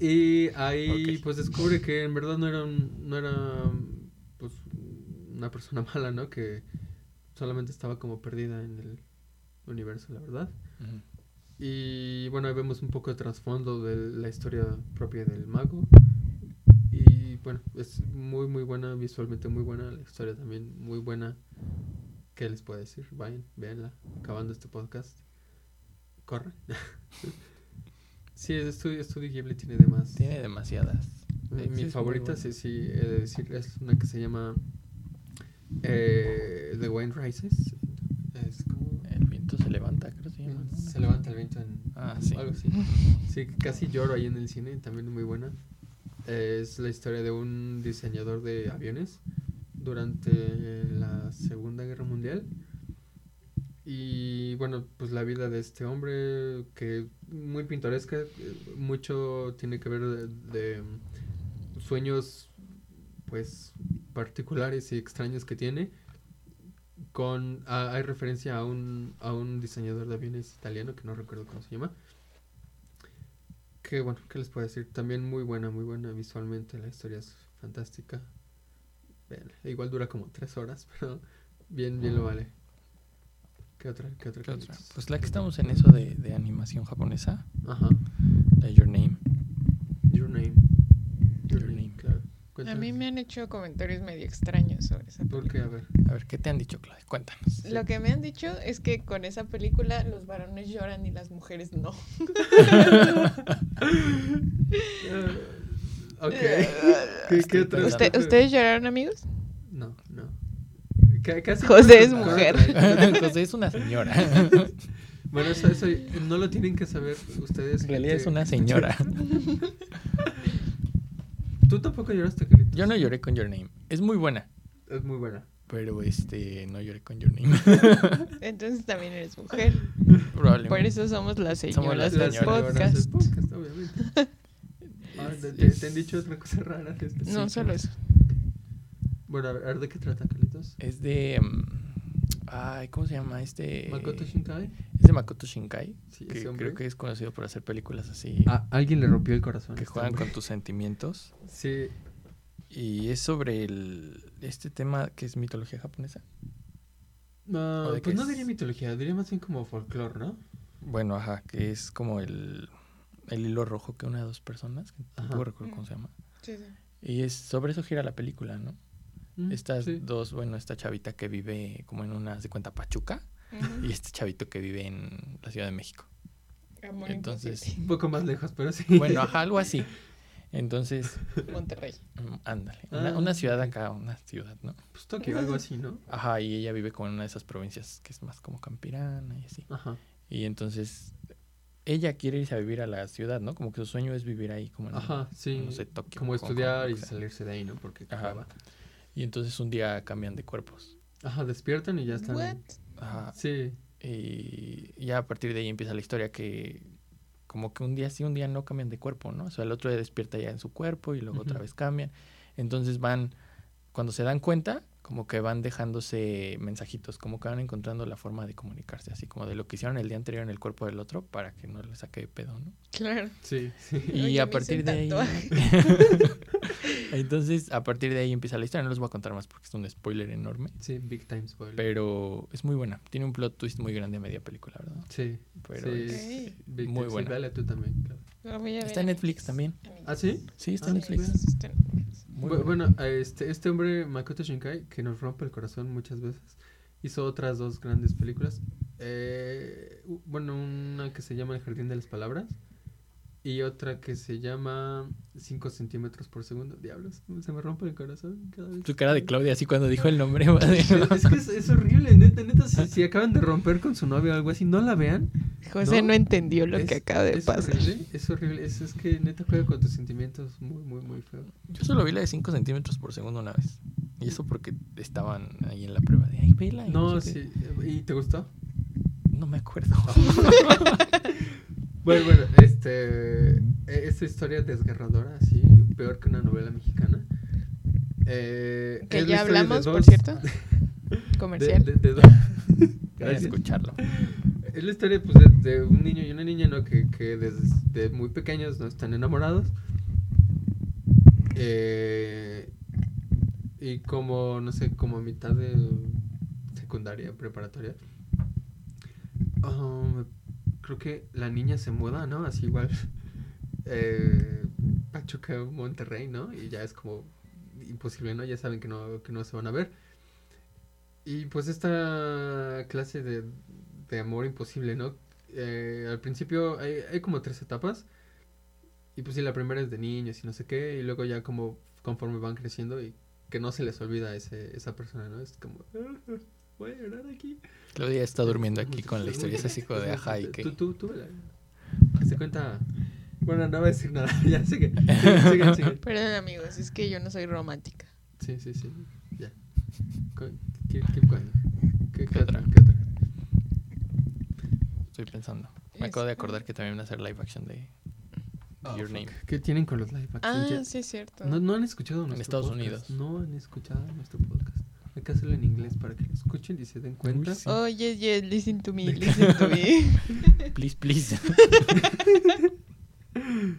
[SPEAKER 3] Y ahí
[SPEAKER 2] Ok.
[SPEAKER 3] pues descubre que en verdad no era un- no era pues una persona mala, ¿no? Que solamente estaba como perdida en el universo, la verdad.
[SPEAKER 2] Ujú.
[SPEAKER 3] Y bueno, ahí vemos un poco de trasfondo de la historia propia del mago. Y bueno, es muy, muy buena, visualmente muy buena. La historia también muy buena. ¿Qué les puedo decir? Vayan, véanla. Acabando este podcast. Corre. sí, es Studio, Studio Ghibli tiene de más.
[SPEAKER 2] Tiene demasiadas.
[SPEAKER 3] Mi-
[SPEAKER 2] Sí, es
[SPEAKER 3] Mi
[SPEAKER 2] muy
[SPEAKER 3] favorita,
[SPEAKER 2] buena.
[SPEAKER 3] sí, sí, he de decir, es una que se llama eh, The Wine Rises. Es como... mm,
[SPEAKER 2] El viento se levanta, creo que se llama. Eh, ¿no?
[SPEAKER 3] Se levanta el viento en...
[SPEAKER 2] Ah, sí.
[SPEAKER 3] Algo así. Sí, casi lloro ahí en el cine, también muy buena. Es la historia de un diseñador de aviones durante la Segunda Guerra Mundial. Y bueno, pues la vida de este hombre, que muy pintoresca, eh, mucho tiene que ver de, de sueños pues particulares y extraños que tiene. Con, ah, hay referencia a un, a un diseñador de aviones italiano que no recuerdo cómo se llama. Que bueno, ¿qué les puedo decir? También muy buena, muy buena visualmente. La historia es fantástica. Vean, igual dura como tres horas, pero bien, bien lo vale. ¿Qué otra? ¿Qué otra?
[SPEAKER 2] ¿Qué otra?
[SPEAKER 3] Carlitos?
[SPEAKER 2] Pues la que estamos en eso de, de animación japonesa,
[SPEAKER 3] Ajá.
[SPEAKER 2] la Your Name.
[SPEAKER 3] Your name. Your,
[SPEAKER 2] Your
[SPEAKER 3] name,
[SPEAKER 2] Name.
[SPEAKER 1] A
[SPEAKER 3] claro.
[SPEAKER 1] mí
[SPEAKER 3] Cuéntanos.
[SPEAKER 1] me han hecho comentarios medio extraños sobre esa
[SPEAKER 3] pues ¿Por qué? A ver.
[SPEAKER 2] A ver, ¿qué te han dicho, Claudia? Cuéntanos.
[SPEAKER 1] Lo que me han dicho es que con esa película los varones lloran y las mujeres no.
[SPEAKER 3] ok. ¿Qué, qué otra?
[SPEAKER 2] Usted-
[SPEAKER 3] Creo que-
[SPEAKER 1] ¿Ustedes lloraron, amigos?
[SPEAKER 3] No, no. Ca- casi
[SPEAKER 1] José
[SPEAKER 3] no
[SPEAKER 1] es
[SPEAKER 3] nos-
[SPEAKER 1] mujer.
[SPEAKER 2] José es una señora.
[SPEAKER 3] Bueno, eso, eso no lo tienen que saber ustedes.
[SPEAKER 2] En realidad
[SPEAKER 3] gente
[SPEAKER 2] es una
[SPEAKER 3] que
[SPEAKER 2] señora.
[SPEAKER 3] escucha. Tú tampoco lloraste, Carlitos.
[SPEAKER 2] Yo no lloré con Your Name. Es muy buena,
[SPEAKER 3] Es muy buena.
[SPEAKER 2] pero este no lloré con Your Name.
[SPEAKER 1] Entonces también eres mujer.
[SPEAKER 2] Probablemente.
[SPEAKER 1] Por eso somos las
[SPEAKER 2] Somos
[SPEAKER 1] señoras
[SPEAKER 2] las
[SPEAKER 1] del
[SPEAKER 2] señoras.
[SPEAKER 1] podcast.
[SPEAKER 3] del podcast, obviamente. Ah, te, te- te han dicho otra cosa rara. de este
[SPEAKER 1] No,
[SPEAKER 3] sitio.
[SPEAKER 1] solo eso.
[SPEAKER 3] Bueno, a ver, a ver, ¿de qué trata, Carlitos?
[SPEAKER 2] Es de mm, ay, ¿cómo se llama este?
[SPEAKER 3] ¿Makoto Shinkai?
[SPEAKER 2] Es de Makoto Shinkai,
[SPEAKER 3] Sí,
[SPEAKER 2] que
[SPEAKER 3] ese hombre.
[SPEAKER 2] creo que es conocido por hacer películas así
[SPEAKER 3] Ah, alguien le rompió el corazón. a
[SPEAKER 2] que
[SPEAKER 3] este
[SPEAKER 2] juegan
[SPEAKER 3] hombre.
[SPEAKER 2] con tus sentimientos.
[SPEAKER 3] Sí,
[SPEAKER 2] Y es sobre el, este tema que es mitología japonesa.
[SPEAKER 3] Ah,
[SPEAKER 2] ¿O de qué
[SPEAKER 3] pues no
[SPEAKER 2] es?
[SPEAKER 3] diría mitología, diría más bien como folclore, ¿no?
[SPEAKER 2] Bueno, ajá, que es como el, el hilo rojo que une a dos personas, que tampoco
[SPEAKER 3] Ajá.
[SPEAKER 2] recuerdo cómo se llama.
[SPEAKER 1] Sí, sí.
[SPEAKER 2] Y es sobre eso gira la película, ¿no?
[SPEAKER 3] Mm,
[SPEAKER 2] Estas
[SPEAKER 3] sí.
[SPEAKER 2] dos, bueno, esta chavita que vive como en una, haz de cuenta, Pachuca,
[SPEAKER 1] Ujú.
[SPEAKER 2] y este chavito que vive en la Ciudad de México.
[SPEAKER 1] Amor
[SPEAKER 2] Entonces,
[SPEAKER 1] imposible.
[SPEAKER 3] Un poco más lejos, pero sí.
[SPEAKER 2] Bueno, ajá, algo así. Entonces,
[SPEAKER 1] Monterrey.
[SPEAKER 2] mm, ándale. Una,
[SPEAKER 3] Ah.
[SPEAKER 2] una ciudad acá, una ciudad, ¿no?
[SPEAKER 3] Pues Tokio, algo así, ¿no?
[SPEAKER 2] Ajá, y ella vive como en una de esas provincias que es más como Campirana y así.
[SPEAKER 3] Ajá.
[SPEAKER 2] Y entonces, ella quiere irse a vivir a la ciudad, ¿no? Como que su sueño es vivir ahí, como en,
[SPEAKER 3] Ajá, sí.
[SPEAKER 2] no sé, Tokio.
[SPEAKER 3] Como
[SPEAKER 2] Hong Kong,
[SPEAKER 3] estudiar
[SPEAKER 2] lo
[SPEAKER 3] y
[SPEAKER 2] que sea.
[SPEAKER 3] salirse de ahí, ¿no? Porque
[SPEAKER 2] Ajá.
[SPEAKER 3] acaba.
[SPEAKER 2] Y entonces un día cambian de cuerpos.
[SPEAKER 3] Ajá, despiertan y ya están.
[SPEAKER 1] What?
[SPEAKER 2] Ajá.
[SPEAKER 3] Sí.
[SPEAKER 2] Y ya a partir de ahí empieza la historia que como que un día sí, un día no cambian de cuerpo, ¿no? O sea, el otro día despierta ya en su cuerpo y luego otra
[SPEAKER 3] Ujú.
[SPEAKER 2] vez cambian. Entonces van, cuando se dan cuenta, como que van dejándose mensajitos, como que van encontrando la forma de comunicarse, así como de lo que hicieron el día anterior en el cuerpo del otro para que no le saque de pedo, ¿no?
[SPEAKER 1] Claro.
[SPEAKER 3] Sí, sí.
[SPEAKER 2] Y
[SPEAKER 1] Oye, me hice
[SPEAKER 2] a partir
[SPEAKER 1] un
[SPEAKER 2] de ahí...
[SPEAKER 1] tatuaje.
[SPEAKER 2] Entonces, a partir de ahí empieza la historia. No les voy a contar más porque es un spoiler enorme.
[SPEAKER 3] Sí, big time spoiler.
[SPEAKER 2] Pero es muy buena. Tiene un plot twist muy grande a media película, ¿verdad?
[SPEAKER 3] sí,
[SPEAKER 2] Pero
[SPEAKER 3] Sí.
[SPEAKER 2] es
[SPEAKER 1] Ok.
[SPEAKER 3] big
[SPEAKER 2] muy
[SPEAKER 3] time.
[SPEAKER 2] buena.
[SPEAKER 3] Sí, dale tú también. claro.
[SPEAKER 1] Lo voy a ver
[SPEAKER 2] Está en Netflix también.
[SPEAKER 1] Amigos.
[SPEAKER 3] ¿Ah, sí?
[SPEAKER 2] Sí, está en
[SPEAKER 3] Ah,
[SPEAKER 2] Netflix.
[SPEAKER 3] sí,
[SPEAKER 1] Está en Netflix.
[SPEAKER 2] Muy bueno.
[SPEAKER 3] Bu- bueno, a este, este hombre, Makoto Shinkai, que nos rompe el corazón muchas veces, hizo otras dos grandes películas. Eh, u- bueno, una que se llama El Jardín de las Palabras y otra que se llama 5 centímetros por segundo. Diablos, se me rompe el corazón cada vez.
[SPEAKER 2] Tu cara de Claudia, así cuando dijo el nombre. madre, ¿no?
[SPEAKER 3] Es que es, es horrible, neta, neta, si, si acaban de romper con su novia o algo así, no la vean.
[SPEAKER 1] José no,
[SPEAKER 3] ¿No?
[SPEAKER 1] entendió lo
[SPEAKER 3] Es-
[SPEAKER 1] que acaba de
[SPEAKER 3] es
[SPEAKER 1] pasar.
[SPEAKER 3] Horrible, es horrible, es, es que neta juega con tus sentimientos muy, muy, muy feo.
[SPEAKER 2] Yo solo vi la de 5 centímetros por segundo una vez. Y eso porque estaban ahí en la prueba de, ay, vela. y
[SPEAKER 3] No,
[SPEAKER 2] sé qué".
[SPEAKER 3] sí, Ah, ¿y te gustó?
[SPEAKER 2] No me acuerdo.
[SPEAKER 3] Bueno, bueno, este, e- esta historia desgarradora, así, peor que una novela mexicana. Eh,
[SPEAKER 1] Que
[SPEAKER 3] es la
[SPEAKER 1] ya
[SPEAKER 3] historia de
[SPEAKER 1] hablamos, por
[SPEAKER 3] dos-
[SPEAKER 1] cierto.
[SPEAKER 3] de-
[SPEAKER 1] Comercial.
[SPEAKER 3] de- de dos-
[SPEAKER 2] Gracias
[SPEAKER 3] Gracias.
[SPEAKER 2] escucharlo.
[SPEAKER 3] Es la historia pues, de, de un niño y una niña ¿no? que, que desde muy pequeños no están enamorados. Eh, y como, no sé, como a mitad de secundaria, preparatoria. um, creo que la niña se muda, ¿no? Así igual. eh, Pachuca, Monterrey, ¿no? Y ya es como imposible, ¿no? Ya saben que no, que no se van a ver. Y pues esta clase de, de amor imposible, ¿no? Eh, al principio hay, hay como tres etapas. Y pues sí, la primera es de niños y no sé qué. Y luego ya como conforme van creciendo y que no se les olvida ese, esa persona, ¿no? Es como... "Ah, Voy a llorar aquí.
[SPEAKER 2] Claudia está durmiendo aquí con la historia. Es así como de, ajá, y
[SPEAKER 3] Tú,
[SPEAKER 2] que...
[SPEAKER 3] tú, tú, vela. Hazte cuenta... Bueno, no voy a decir nada. Ya, sigue. Sigue, sigue, sigue.
[SPEAKER 1] Perdón, amigos, es que yo no soy romántica.
[SPEAKER 3] Sí, sí, sí. Ya. Co- Keep, keep going. ¿Qué,
[SPEAKER 2] ¿Qué
[SPEAKER 3] qué otra?
[SPEAKER 2] otra?
[SPEAKER 3] ¿Qué otra?
[SPEAKER 2] Estoy pensando. Me acabo de acordar que también van a hacer live action de de
[SPEAKER 3] Oh,
[SPEAKER 2] Your
[SPEAKER 3] fuck.
[SPEAKER 2] Name.
[SPEAKER 3] ¿Qué tienen con los live action?
[SPEAKER 1] Ah,
[SPEAKER 3] Ya-
[SPEAKER 1] sí, es cierto.
[SPEAKER 3] No, no han escuchado nuestro
[SPEAKER 2] Estados Unidos.
[SPEAKER 3] podcast. No han escuchado nuestro podcast. Hay que hacerlo en inglés para que lo escuchen y se den cuenta.
[SPEAKER 2] sí.
[SPEAKER 1] Oh, yes, yes, listen to me, listen to me.
[SPEAKER 2] Please, please.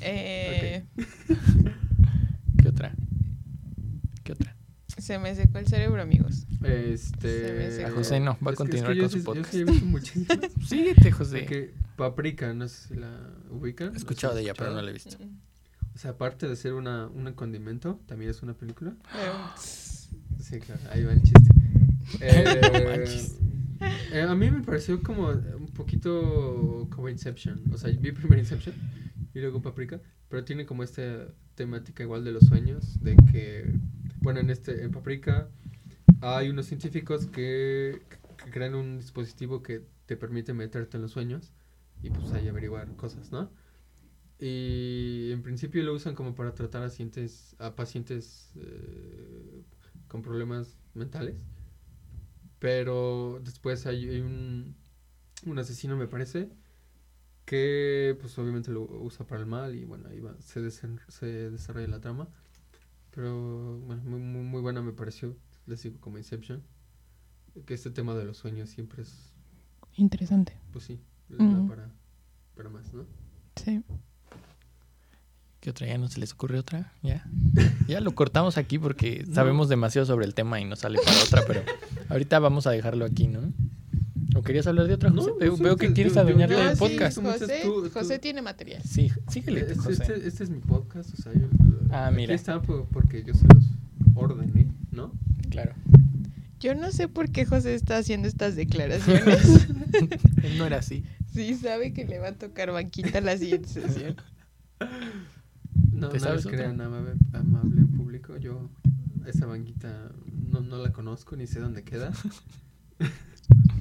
[SPEAKER 1] Eh,
[SPEAKER 2] ¿Qué otra? ¿Qué otra?
[SPEAKER 1] Se me secó el cerebro, amigos. Se me
[SPEAKER 3] Este.
[SPEAKER 1] secó.
[SPEAKER 2] A José no, va a
[SPEAKER 3] es que-
[SPEAKER 2] continuar
[SPEAKER 3] es que yo
[SPEAKER 2] con su
[SPEAKER 3] sí-
[SPEAKER 2] podcast.
[SPEAKER 3] Yo sí he visto muchísimas.
[SPEAKER 2] Síguete, José.
[SPEAKER 3] Porque Paprika, no sé si la ubican.
[SPEAKER 2] He escuchado de ella, pero no
[SPEAKER 3] le
[SPEAKER 2] la he visto.
[SPEAKER 1] Mm,
[SPEAKER 3] O sea, aparte de ser una, un condimento, también es una película.
[SPEAKER 1] Pero, tss,
[SPEAKER 3] Sí, claro, ahí va el chiste.
[SPEAKER 2] No
[SPEAKER 3] Eh,
[SPEAKER 2] manches.
[SPEAKER 3] eh, a mí me pareció como un poquito como Inception. O sea, vi primero Inception y luego Paprika, pero tiene como esta temática igual de los sueños, de que, bueno, en, este, en Paprika hay unos científicos que, que crean un dispositivo que te permite meterte en los sueños y pues ahí averiguar cosas, ¿no? Y en principio lo usan como para tratar a pacientes, a pacientes eh, con problemas mentales. Pero después hay, hay un, un asesino, me parece, que pues obviamente lo usa para el mal y bueno, ahí va, se, desen- se desarrolla la trama. Pero bueno, muy, muy, muy buena me pareció, les digo, como Inception. Que este tema de los sueños siempre es,
[SPEAKER 1] Interesante.
[SPEAKER 3] pues sí, da
[SPEAKER 1] Ujú.
[SPEAKER 3] para, para más, ¿no?
[SPEAKER 1] Sí.
[SPEAKER 2] ¿Qué otra? ¿Ya no se les ocurre otra? ¿Ya? Ya lo cortamos aquí porque sabemos demasiado sobre el tema y no sale para otra, pero ahorita vamos a dejarlo aquí, ¿no? ¿O querías hablar de otra,
[SPEAKER 3] No,
[SPEAKER 2] José? veo,
[SPEAKER 3] José,
[SPEAKER 2] veo que
[SPEAKER 3] yo-
[SPEAKER 2] quieres
[SPEAKER 3] yo-
[SPEAKER 2] adueñarte
[SPEAKER 3] yo-
[SPEAKER 2] del
[SPEAKER 1] No, sí,
[SPEAKER 2] podcast.
[SPEAKER 3] como dices
[SPEAKER 1] José,
[SPEAKER 3] tú, tú-
[SPEAKER 1] José tiene material.
[SPEAKER 2] Sí, síguele, tú,
[SPEAKER 3] Este,
[SPEAKER 2] José.
[SPEAKER 3] este, este es mi podcast, o sea, yo,
[SPEAKER 2] Ah,
[SPEAKER 3] aquí
[SPEAKER 2] mira.
[SPEAKER 3] está po- porque yo se los ordené, ¿no?
[SPEAKER 2] Claro.
[SPEAKER 1] Yo no sé por qué José está haciendo estas declaraciones.
[SPEAKER 2] Él no era así.
[SPEAKER 1] Sí, sabe que le va a tocar banquita la siguiente sesión.
[SPEAKER 3] No,
[SPEAKER 2] ¿Te
[SPEAKER 3] no
[SPEAKER 2] sabes
[SPEAKER 3] les
[SPEAKER 2] otra?
[SPEAKER 3] crean, amable, amable público. Yo esa banquita no, no la conozco ni sé dónde queda.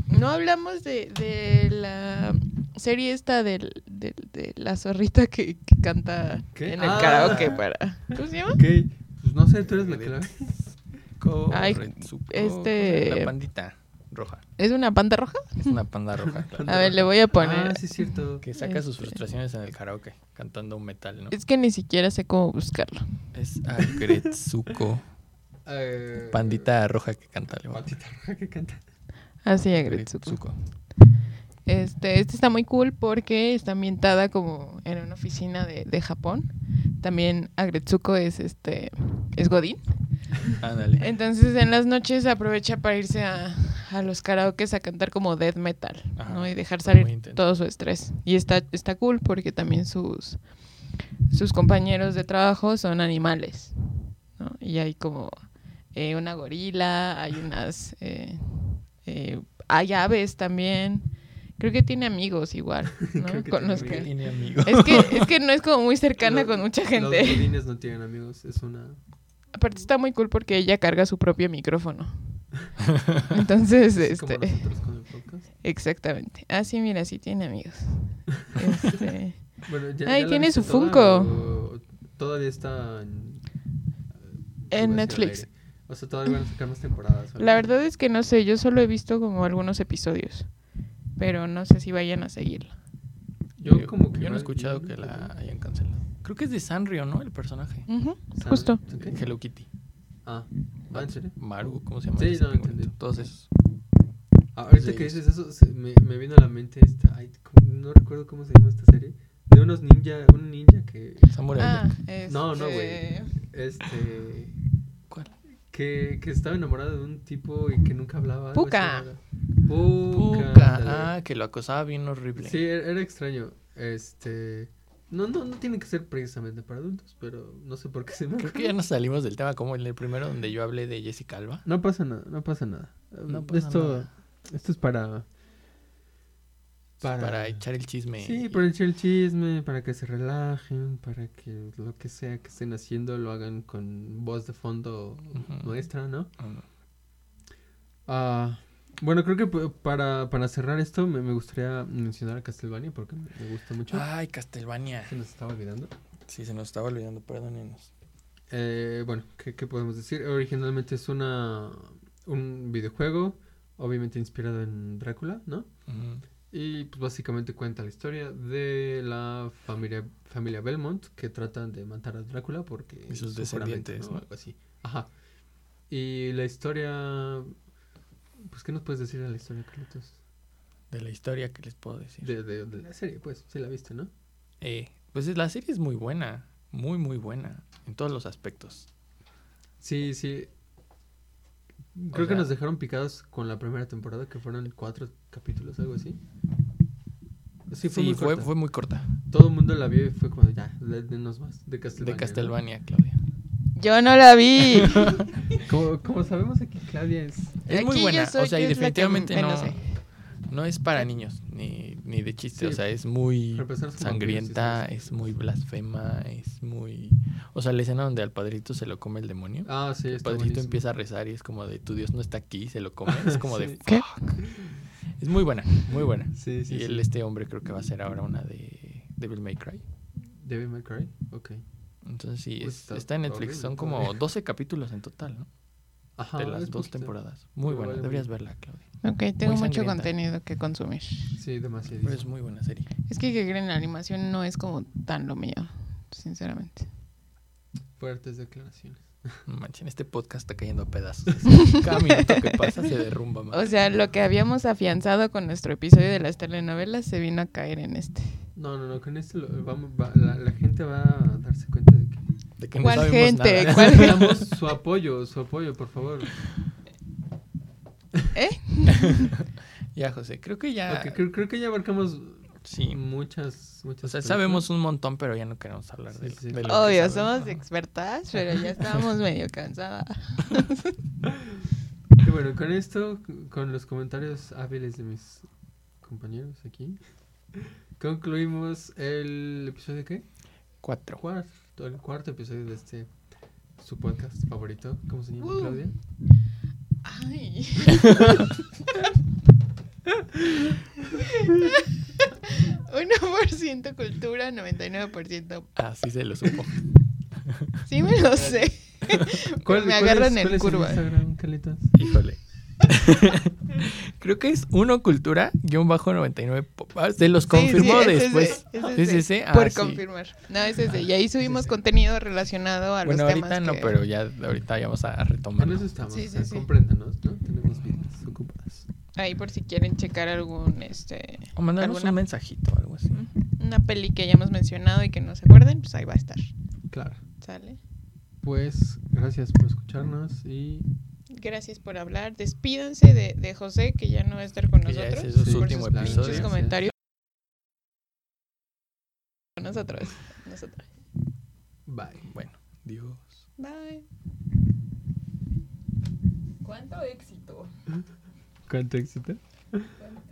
[SPEAKER 1] No hablamos de, de la serie esta del, del- de la zorrita que, que canta
[SPEAKER 3] ¿Qué?
[SPEAKER 1] en el
[SPEAKER 3] Ah.
[SPEAKER 1] karaoke para... ¿Cómo se llama?
[SPEAKER 3] Ok, pues no sé, tú eres la que la ve.
[SPEAKER 1] Ay,
[SPEAKER 2] Corretsuko,
[SPEAKER 1] este-
[SPEAKER 2] La pandita roja.
[SPEAKER 1] ¿Es una panda roja?
[SPEAKER 2] Es una panda roja. claro,
[SPEAKER 1] A ver, le voy a poner...
[SPEAKER 3] Ah, sí, es cierto.
[SPEAKER 2] Que saca sus
[SPEAKER 1] Este.
[SPEAKER 2] frustraciones en el karaoke, cantando un metal, ¿no?
[SPEAKER 1] Es que ni siquiera sé cómo buscarlo.
[SPEAKER 2] Es Agretsuko,
[SPEAKER 3] Eh,
[SPEAKER 2] pandita roja que canta. le voy a
[SPEAKER 3] Patita roja que canta.
[SPEAKER 1] Así,
[SPEAKER 2] poner.
[SPEAKER 1] Agretsuko.
[SPEAKER 2] Agretsuko.
[SPEAKER 1] Este, este está muy cool porque está ambientada como en una oficina de, de Japón. También Agretsuko es este es Godín.
[SPEAKER 2] Ándale.
[SPEAKER 1] Entonces en las noches aprovecha para irse a, a los karaokes a cantar como death metal,
[SPEAKER 2] Ajá,
[SPEAKER 1] ¿no? Y dejar
[SPEAKER 2] está muy
[SPEAKER 1] salir
[SPEAKER 2] intenso.
[SPEAKER 1] todo su estrés. Y está, está cool porque también sus, sus compañeros de trabajo son animales, ¿no? Y hay como eh, una gorila, hay unas... eh, eh, hay aves también. Creo que tiene amigos igual, ¿no?
[SPEAKER 3] Creo que
[SPEAKER 1] Con
[SPEAKER 3] tiene
[SPEAKER 1] los que-
[SPEAKER 3] amigos.
[SPEAKER 2] Tiene amigos.
[SPEAKER 1] Es que, es que no es como muy cercana
[SPEAKER 3] Los-
[SPEAKER 1] con mucha
[SPEAKER 3] Los
[SPEAKER 1] gente.
[SPEAKER 3] godines no tienen amigos, es una...
[SPEAKER 1] Aparte está muy cool porque ella carga su propio micrófono. Entonces,
[SPEAKER 3] es como
[SPEAKER 1] este,
[SPEAKER 3] nosotros con el podcast.
[SPEAKER 1] exactamente. Ah, sí, mira, sí tiene amigos. Este,
[SPEAKER 3] Bueno, ya,
[SPEAKER 1] Ay,
[SPEAKER 3] ya la
[SPEAKER 1] tiene
[SPEAKER 3] viste
[SPEAKER 1] su
[SPEAKER 3] toda
[SPEAKER 1] Funko.
[SPEAKER 3] o Todavía está en...
[SPEAKER 1] En
[SPEAKER 3] iba a decir al
[SPEAKER 1] Netflix.
[SPEAKER 3] aire. O sea, todavía van a sacar más temporadas.
[SPEAKER 1] la verdad es que no sé, yo solo he visto como algunos episodios, pero no sé si vayan a seguirlo.
[SPEAKER 3] Yo como que...
[SPEAKER 2] yo no he
[SPEAKER 3] más
[SPEAKER 2] escuchado
[SPEAKER 3] bien,
[SPEAKER 2] que la
[SPEAKER 3] ¿no?
[SPEAKER 2] hayan cancelado. Creo que es de Sanrio, ¿no? El personaje.
[SPEAKER 1] Ujú,
[SPEAKER 3] ¿Sabe?
[SPEAKER 1] justo.
[SPEAKER 3] Ok.
[SPEAKER 2] Hello Kitty.
[SPEAKER 3] Ah, ah, ¿en serio?
[SPEAKER 2] Maru, ¿cómo se llama?
[SPEAKER 3] Sí,
[SPEAKER 2] ese
[SPEAKER 3] no, entendí.
[SPEAKER 2] pingüinito? Todos esos.
[SPEAKER 3] Ah, Ahorita
[SPEAKER 2] Sí.
[SPEAKER 3] que dices eso, se- me, me vino a la mente esta... ay, ¿cómo- no recuerdo cómo se llama esta serie. De unos ninja, un ninja que...
[SPEAKER 2] Samurai
[SPEAKER 1] Ah,
[SPEAKER 2] Jack.
[SPEAKER 3] No, no,
[SPEAKER 1] este,
[SPEAKER 3] güey. Este...
[SPEAKER 2] ¿Cuál?
[SPEAKER 3] Que, que estaba enamorado de un tipo y que nunca hablaba. algo así
[SPEAKER 1] Puka.
[SPEAKER 3] era. Puka. ándale.
[SPEAKER 2] Puka. Ah, que lo acosaba bien horrible.
[SPEAKER 3] Sí, era, era extraño. Este. No, no, no tiene que ser precisamente para adultos, pero no sé por qué se me.
[SPEAKER 2] Creo que ya nos salimos del tema, como en el primero donde yo hablé de Jessica Alba.
[SPEAKER 3] No pasa nada, no pasa nada.
[SPEAKER 2] No
[SPEAKER 3] Eh,
[SPEAKER 2] pasa
[SPEAKER 3] esto,
[SPEAKER 2] nada.
[SPEAKER 3] esto es para.
[SPEAKER 2] Para,
[SPEAKER 3] Para-
[SPEAKER 2] echar el chisme.
[SPEAKER 3] Sí,
[SPEAKER 2] y-
[SPEAKER 3] para echar el chisme, para que se relajen, para que lo que sea que estén haciendo lo hagan con voz de fondo
[SPEAKER 2] Ujú. Mm.
[SPEAKER 3] nuestra, ¿no? este.
[SPEAKER 2] Ujú.
[SPEAKER 3] Ah, bueno, creo que p- para, para cerrar esto me, me gustaría mencionar a Castlevania porque me me gusta mucho.
[SPEAKER 2] Ay, Castelvania.
[SPEAKER 3] Se nos estaba olvidando.
[SPEAKER 2] Sí, se nos estaba olvidando, perdónenos.
[SPEAKER 3] Eh, bueno, ¿qué, qué podemos decir? Originalmente es una un videojuego, obviamente inspirado en Drácula, ¿no?
[SPEAKER 2] Ujú.
[SPEAKER 3] Y pues básicamente cuenta la historia de la familia familia Belmont que tratan de matar a Drácula porque
[SPEAKER 2] Y sus
[SPEAKER 3] su juramento,
[SPEAKER 2] descendientes,
[SPEAKER 3] ¿no?
[SPEAKER 2] ¿no?
[SPEAKER 3] algo así. Ajá. Y la historia pues qué nos puedes decir de la historia, Carlitos?
[SPEAKER 2] De la historia que les puedo decir.
[SPEAKER 3] De, de, de la serie, pues, sí la viste, ¿no?
[SPEAKER 2] Eh, pues es- la serie es muy buena. Muy, muy buena. En todos los aspectos.
[SPEAKER 3] Sí, sí.
[SPEAKER 2] O
[SPEAKER 3] Creo que
[SPEAKER 2] sea-
[SPEAKER 3] nos dejaron picados con la primera temporada, que fueron cuatro capítulos, algo así. Sí, fue, muy
[SPEAKER 2] fue,
[SPEAKER 3] corta.
[SPEAKER 2] fue muy corta.
[SPEAKER 3] Todo el mundo la vio y fue como, ya, le- denos más. De Castlevania.
[SPEAKER 2] De
[SPEAKER 3] ¿no?
[SPEAKER 2] Castelvania, Claudia.
[SPEAKER 1] Yo no la vi.
[SPEAKER 3] Como, como sabemos aquí, Claudia es...
[SPEAKER 2] Es muy
[SPEAKER 1] Aquí
[SPEAKER 2] buena.
[SPEAKER 1] yo soy-
[SPEAKER 2] o sea, y
[SPEAKER 1] yo es la que
[SPEAKER 2] definitivamente no,
[SPEAKER 1] menos sé.
[SPEAKER 2] no es para niños, ni, ni de chiste.
[SPEAKER 3] Sí.
[SPEAKER 2] O sea, es muy
[SPEAKER 3] Para empezar, son
[SPEAKER 2] sangrienta,
[SPEAKER 3] vampiros, sí,
[SPEAKER 2] es muy blasfema, es muy... O sea, la escena donde al padrito se lo come el demonio.
[SPEAKER 3] Ah, sí,
[SPEAKER 2] el
[SPEAKER 3] está
[SPEAKER 2] padrito
[SPEAKER 3] buenísimo.
[SPEAKER 2] empieza a rezar y es como de, tu Dios no está aquí, se lo come. Es como de...
[SPEAKER 3] Sí.
[SPEAKER 1] ¿Qué?
[SPEAKER 2] "Fuck". Es muy buena, muy buena.
[SPEAKER 3] Sí, sí,
[SPEAKER 2] y
[SPEAKER 3] sí.
[SPEAKER 2] el, este hombre creo que va a ser ahora una de Devil May Cry.
[SPEAKER 3] Devil May Cry, ok.
[SPEAKER 2] Entonces sí,
[SPEAKER 3] Pues
[SPEAKER 2] es-
[SPEAKER 3] está
[SPEAKER 2] está, Ah, en Netflix.
[SPEAKER 3] horrible
[SPEAKER 2] Son como
[SPEAKER 3] todavía.
[SPEAKER 2] 12 capítulos en total, ¿no?
[SPEAKER 3] Ajá,
[SPEAKER 2] de las
[SPEAKER 3] es
[SPEAKER 2] dos
[SPEAKER 3] poquito.
[SPEAKER 2] temporadas. Muy
[SPEAKER 3] Pero
[SPEAKER 2] buena,
[SPEAKER 3] vale
[SPEAKER 2] deberías
[SPEAKER 3] mucho.
[SPEAKER 2] verla, Claudia.
[SPEAKER 1] Ok, tengo mucho
[SPEAKER 2] sangrienta.
[SPEAKER 1] contenido que consumir.
[SPEAKER 3] Sí, demasiado.
[SPEAKER 2] Pero es muy buena serie.
[SPEAKER 1] Es que, que creen, la animación no es como tan lo mío, sinceramente.
[SPEAKER 3] Fuertes declaraciones.
[SPEAKER 2] No Manchen, este podcast está cayendo a pedazos. así. Cada minuto que pasa se derrumba más.
[SPEAKER 1] O sea, lo que habíamos afianzado con nuestro episodio de las telenovelas se vino a caer en este.
[SPEAKER 3] No, no, no, con esto lo- vamos- va- la, la gente va a darse cuenta de que
[SPEAKER 2] de que
[SPEAKER 1] ¿cuál
[SPEAKER 2] sabemos
[SPEAKER 1] gente?
[SPEAKER 2] nada.
[SPEAKER 1] ¿Cuál-
[SPEAKER 3] Necesitamos su apoyo, su apoyo, por favor.
[SPEAKER 1] ¿Eh?
[SPEAKER 2] Ya, José, creo que ya...
[SPEAKER 3] Ok, creo, creo que ya abarcamos
[SPEAKER 2] Ah. Sí.
[SPEAKER 3] muchas, muchas.
[SPEAKER 2] O sea,
[SPEAKER 3] películas.
[SPEAKER 2] sabemos un montón, pero ya no queremos hablar de,
[SPEAKER 3] Sí, sí.
[SPEAKER 2] de lo que
[SPEAKER 1] Obvio,
[SPEAKER 2] sabemos.
[SPEAKER 1] somos
[SPEAKER 2] Ajá.
[SPEAKER 1] expertas, pero ya estábamos medio cansadas.
[SPEAKER 3] Y bueno, con esto, con los comentarios hábiles de mis compañeros aquí, Concluimos el episodio qué?
[SPEAKER 2] Cuatro.
[SPEAKER 3] Cuarto, el cuarto episodio de este su podcast favorito. ¿Cómo se llama
[SPEAKER 1] Uh.
[SPEAKER 3] Claudia?
[SPEAKER 1] Ay. ciento cultura, 99%.
[SPEAKER 2] Así se lo supo.
[SPEAKER 1] Sí me lo sé. me agarran en
[SPEAKER 3] es
[SPEAKER 1] curva.
[SPEAKER 3] Instagram, Carlitos?
[SPEAKER 2] Híjole. Creo que es uno cultura, guión bajo 99. pop. Ah, Se los confirmó
[SPEAKER 1] ese es de-
[SPEAKER 2] después.
[SPEAKER 1] ese
[SPEAKER 2] Sí,
[SPEAKER 1] es de-
[SPEAKER 2] sí, sí. Ah,
[SPEAKER 1] Por
[SPEAKER 2] sí.
[SPEAKER 1] confirmar. No, ese es de. Y ahí subimos contenido relacionado a
[SPEAKER 2] Bueno,
[SPEAKER 1] los
[SPEAKER 2] ahorita
[SPEAKER 1] temas.
[SPEAKER 2] no,
[SPEAKER 1] que-
[SPEAKER 2] pero ya ahorita ya vamos a
[SPEAKER 3] En
[SPEAKER 2] retomarlo.
[SPEAKER 3] eso estamos.
[SPEAKER 1] Sí,
[SPEAKER 3] o
[SPEAKER 1] sí,
[SPEAKER 3] sea,
[SPEAKER 1] sí.
[SPEAKER 3] Compréndanos, ¿no? Tenemos vidas ocupadas.
[SPEAKER 1] Ahí por si quieren checar algún este
[SPEAKER 2] O mandarnos
[SPEAKER 1] alguna-
[SPEAKER 2] un mensajito o algo así.
[SPEAKER 1] una peli que hayamos mencionado y que no se acuerden, pues ahí va a estar.
[SPEAKER 3] Claro.
[SPEAKER 1] ¿Sale?
[SPEAKER 3] Pues gracias por escucharnos y
[SPEAKER 1] Gracias por hablar. Despídanse de, de José, que ya no va a estar con
[SPEAKER 2] Que ya
[SPEAKER 1] nosotros.
[SPEAKER 2] ese es
[SPEAKER 3] Sí,
[SPEAKER 2] su último
[SPEAKER 3] sus planes.
[SPEAKER 1] Muchos
[SPEAKER 3] Sí,
[SPEAKER 2] episodio.
[SPEAKER 1] comentarios. Con nosotros. Nosotros.
[SPEAKER 3] bye.
[SPEAKER 2] Bueno, Dios.
[SPEAKER 1] Bye. ¿Cuánto éxito?
[SPEAKER 3] ¿Cuánto éxito?
[SPEAKER 1] ¿Cuánto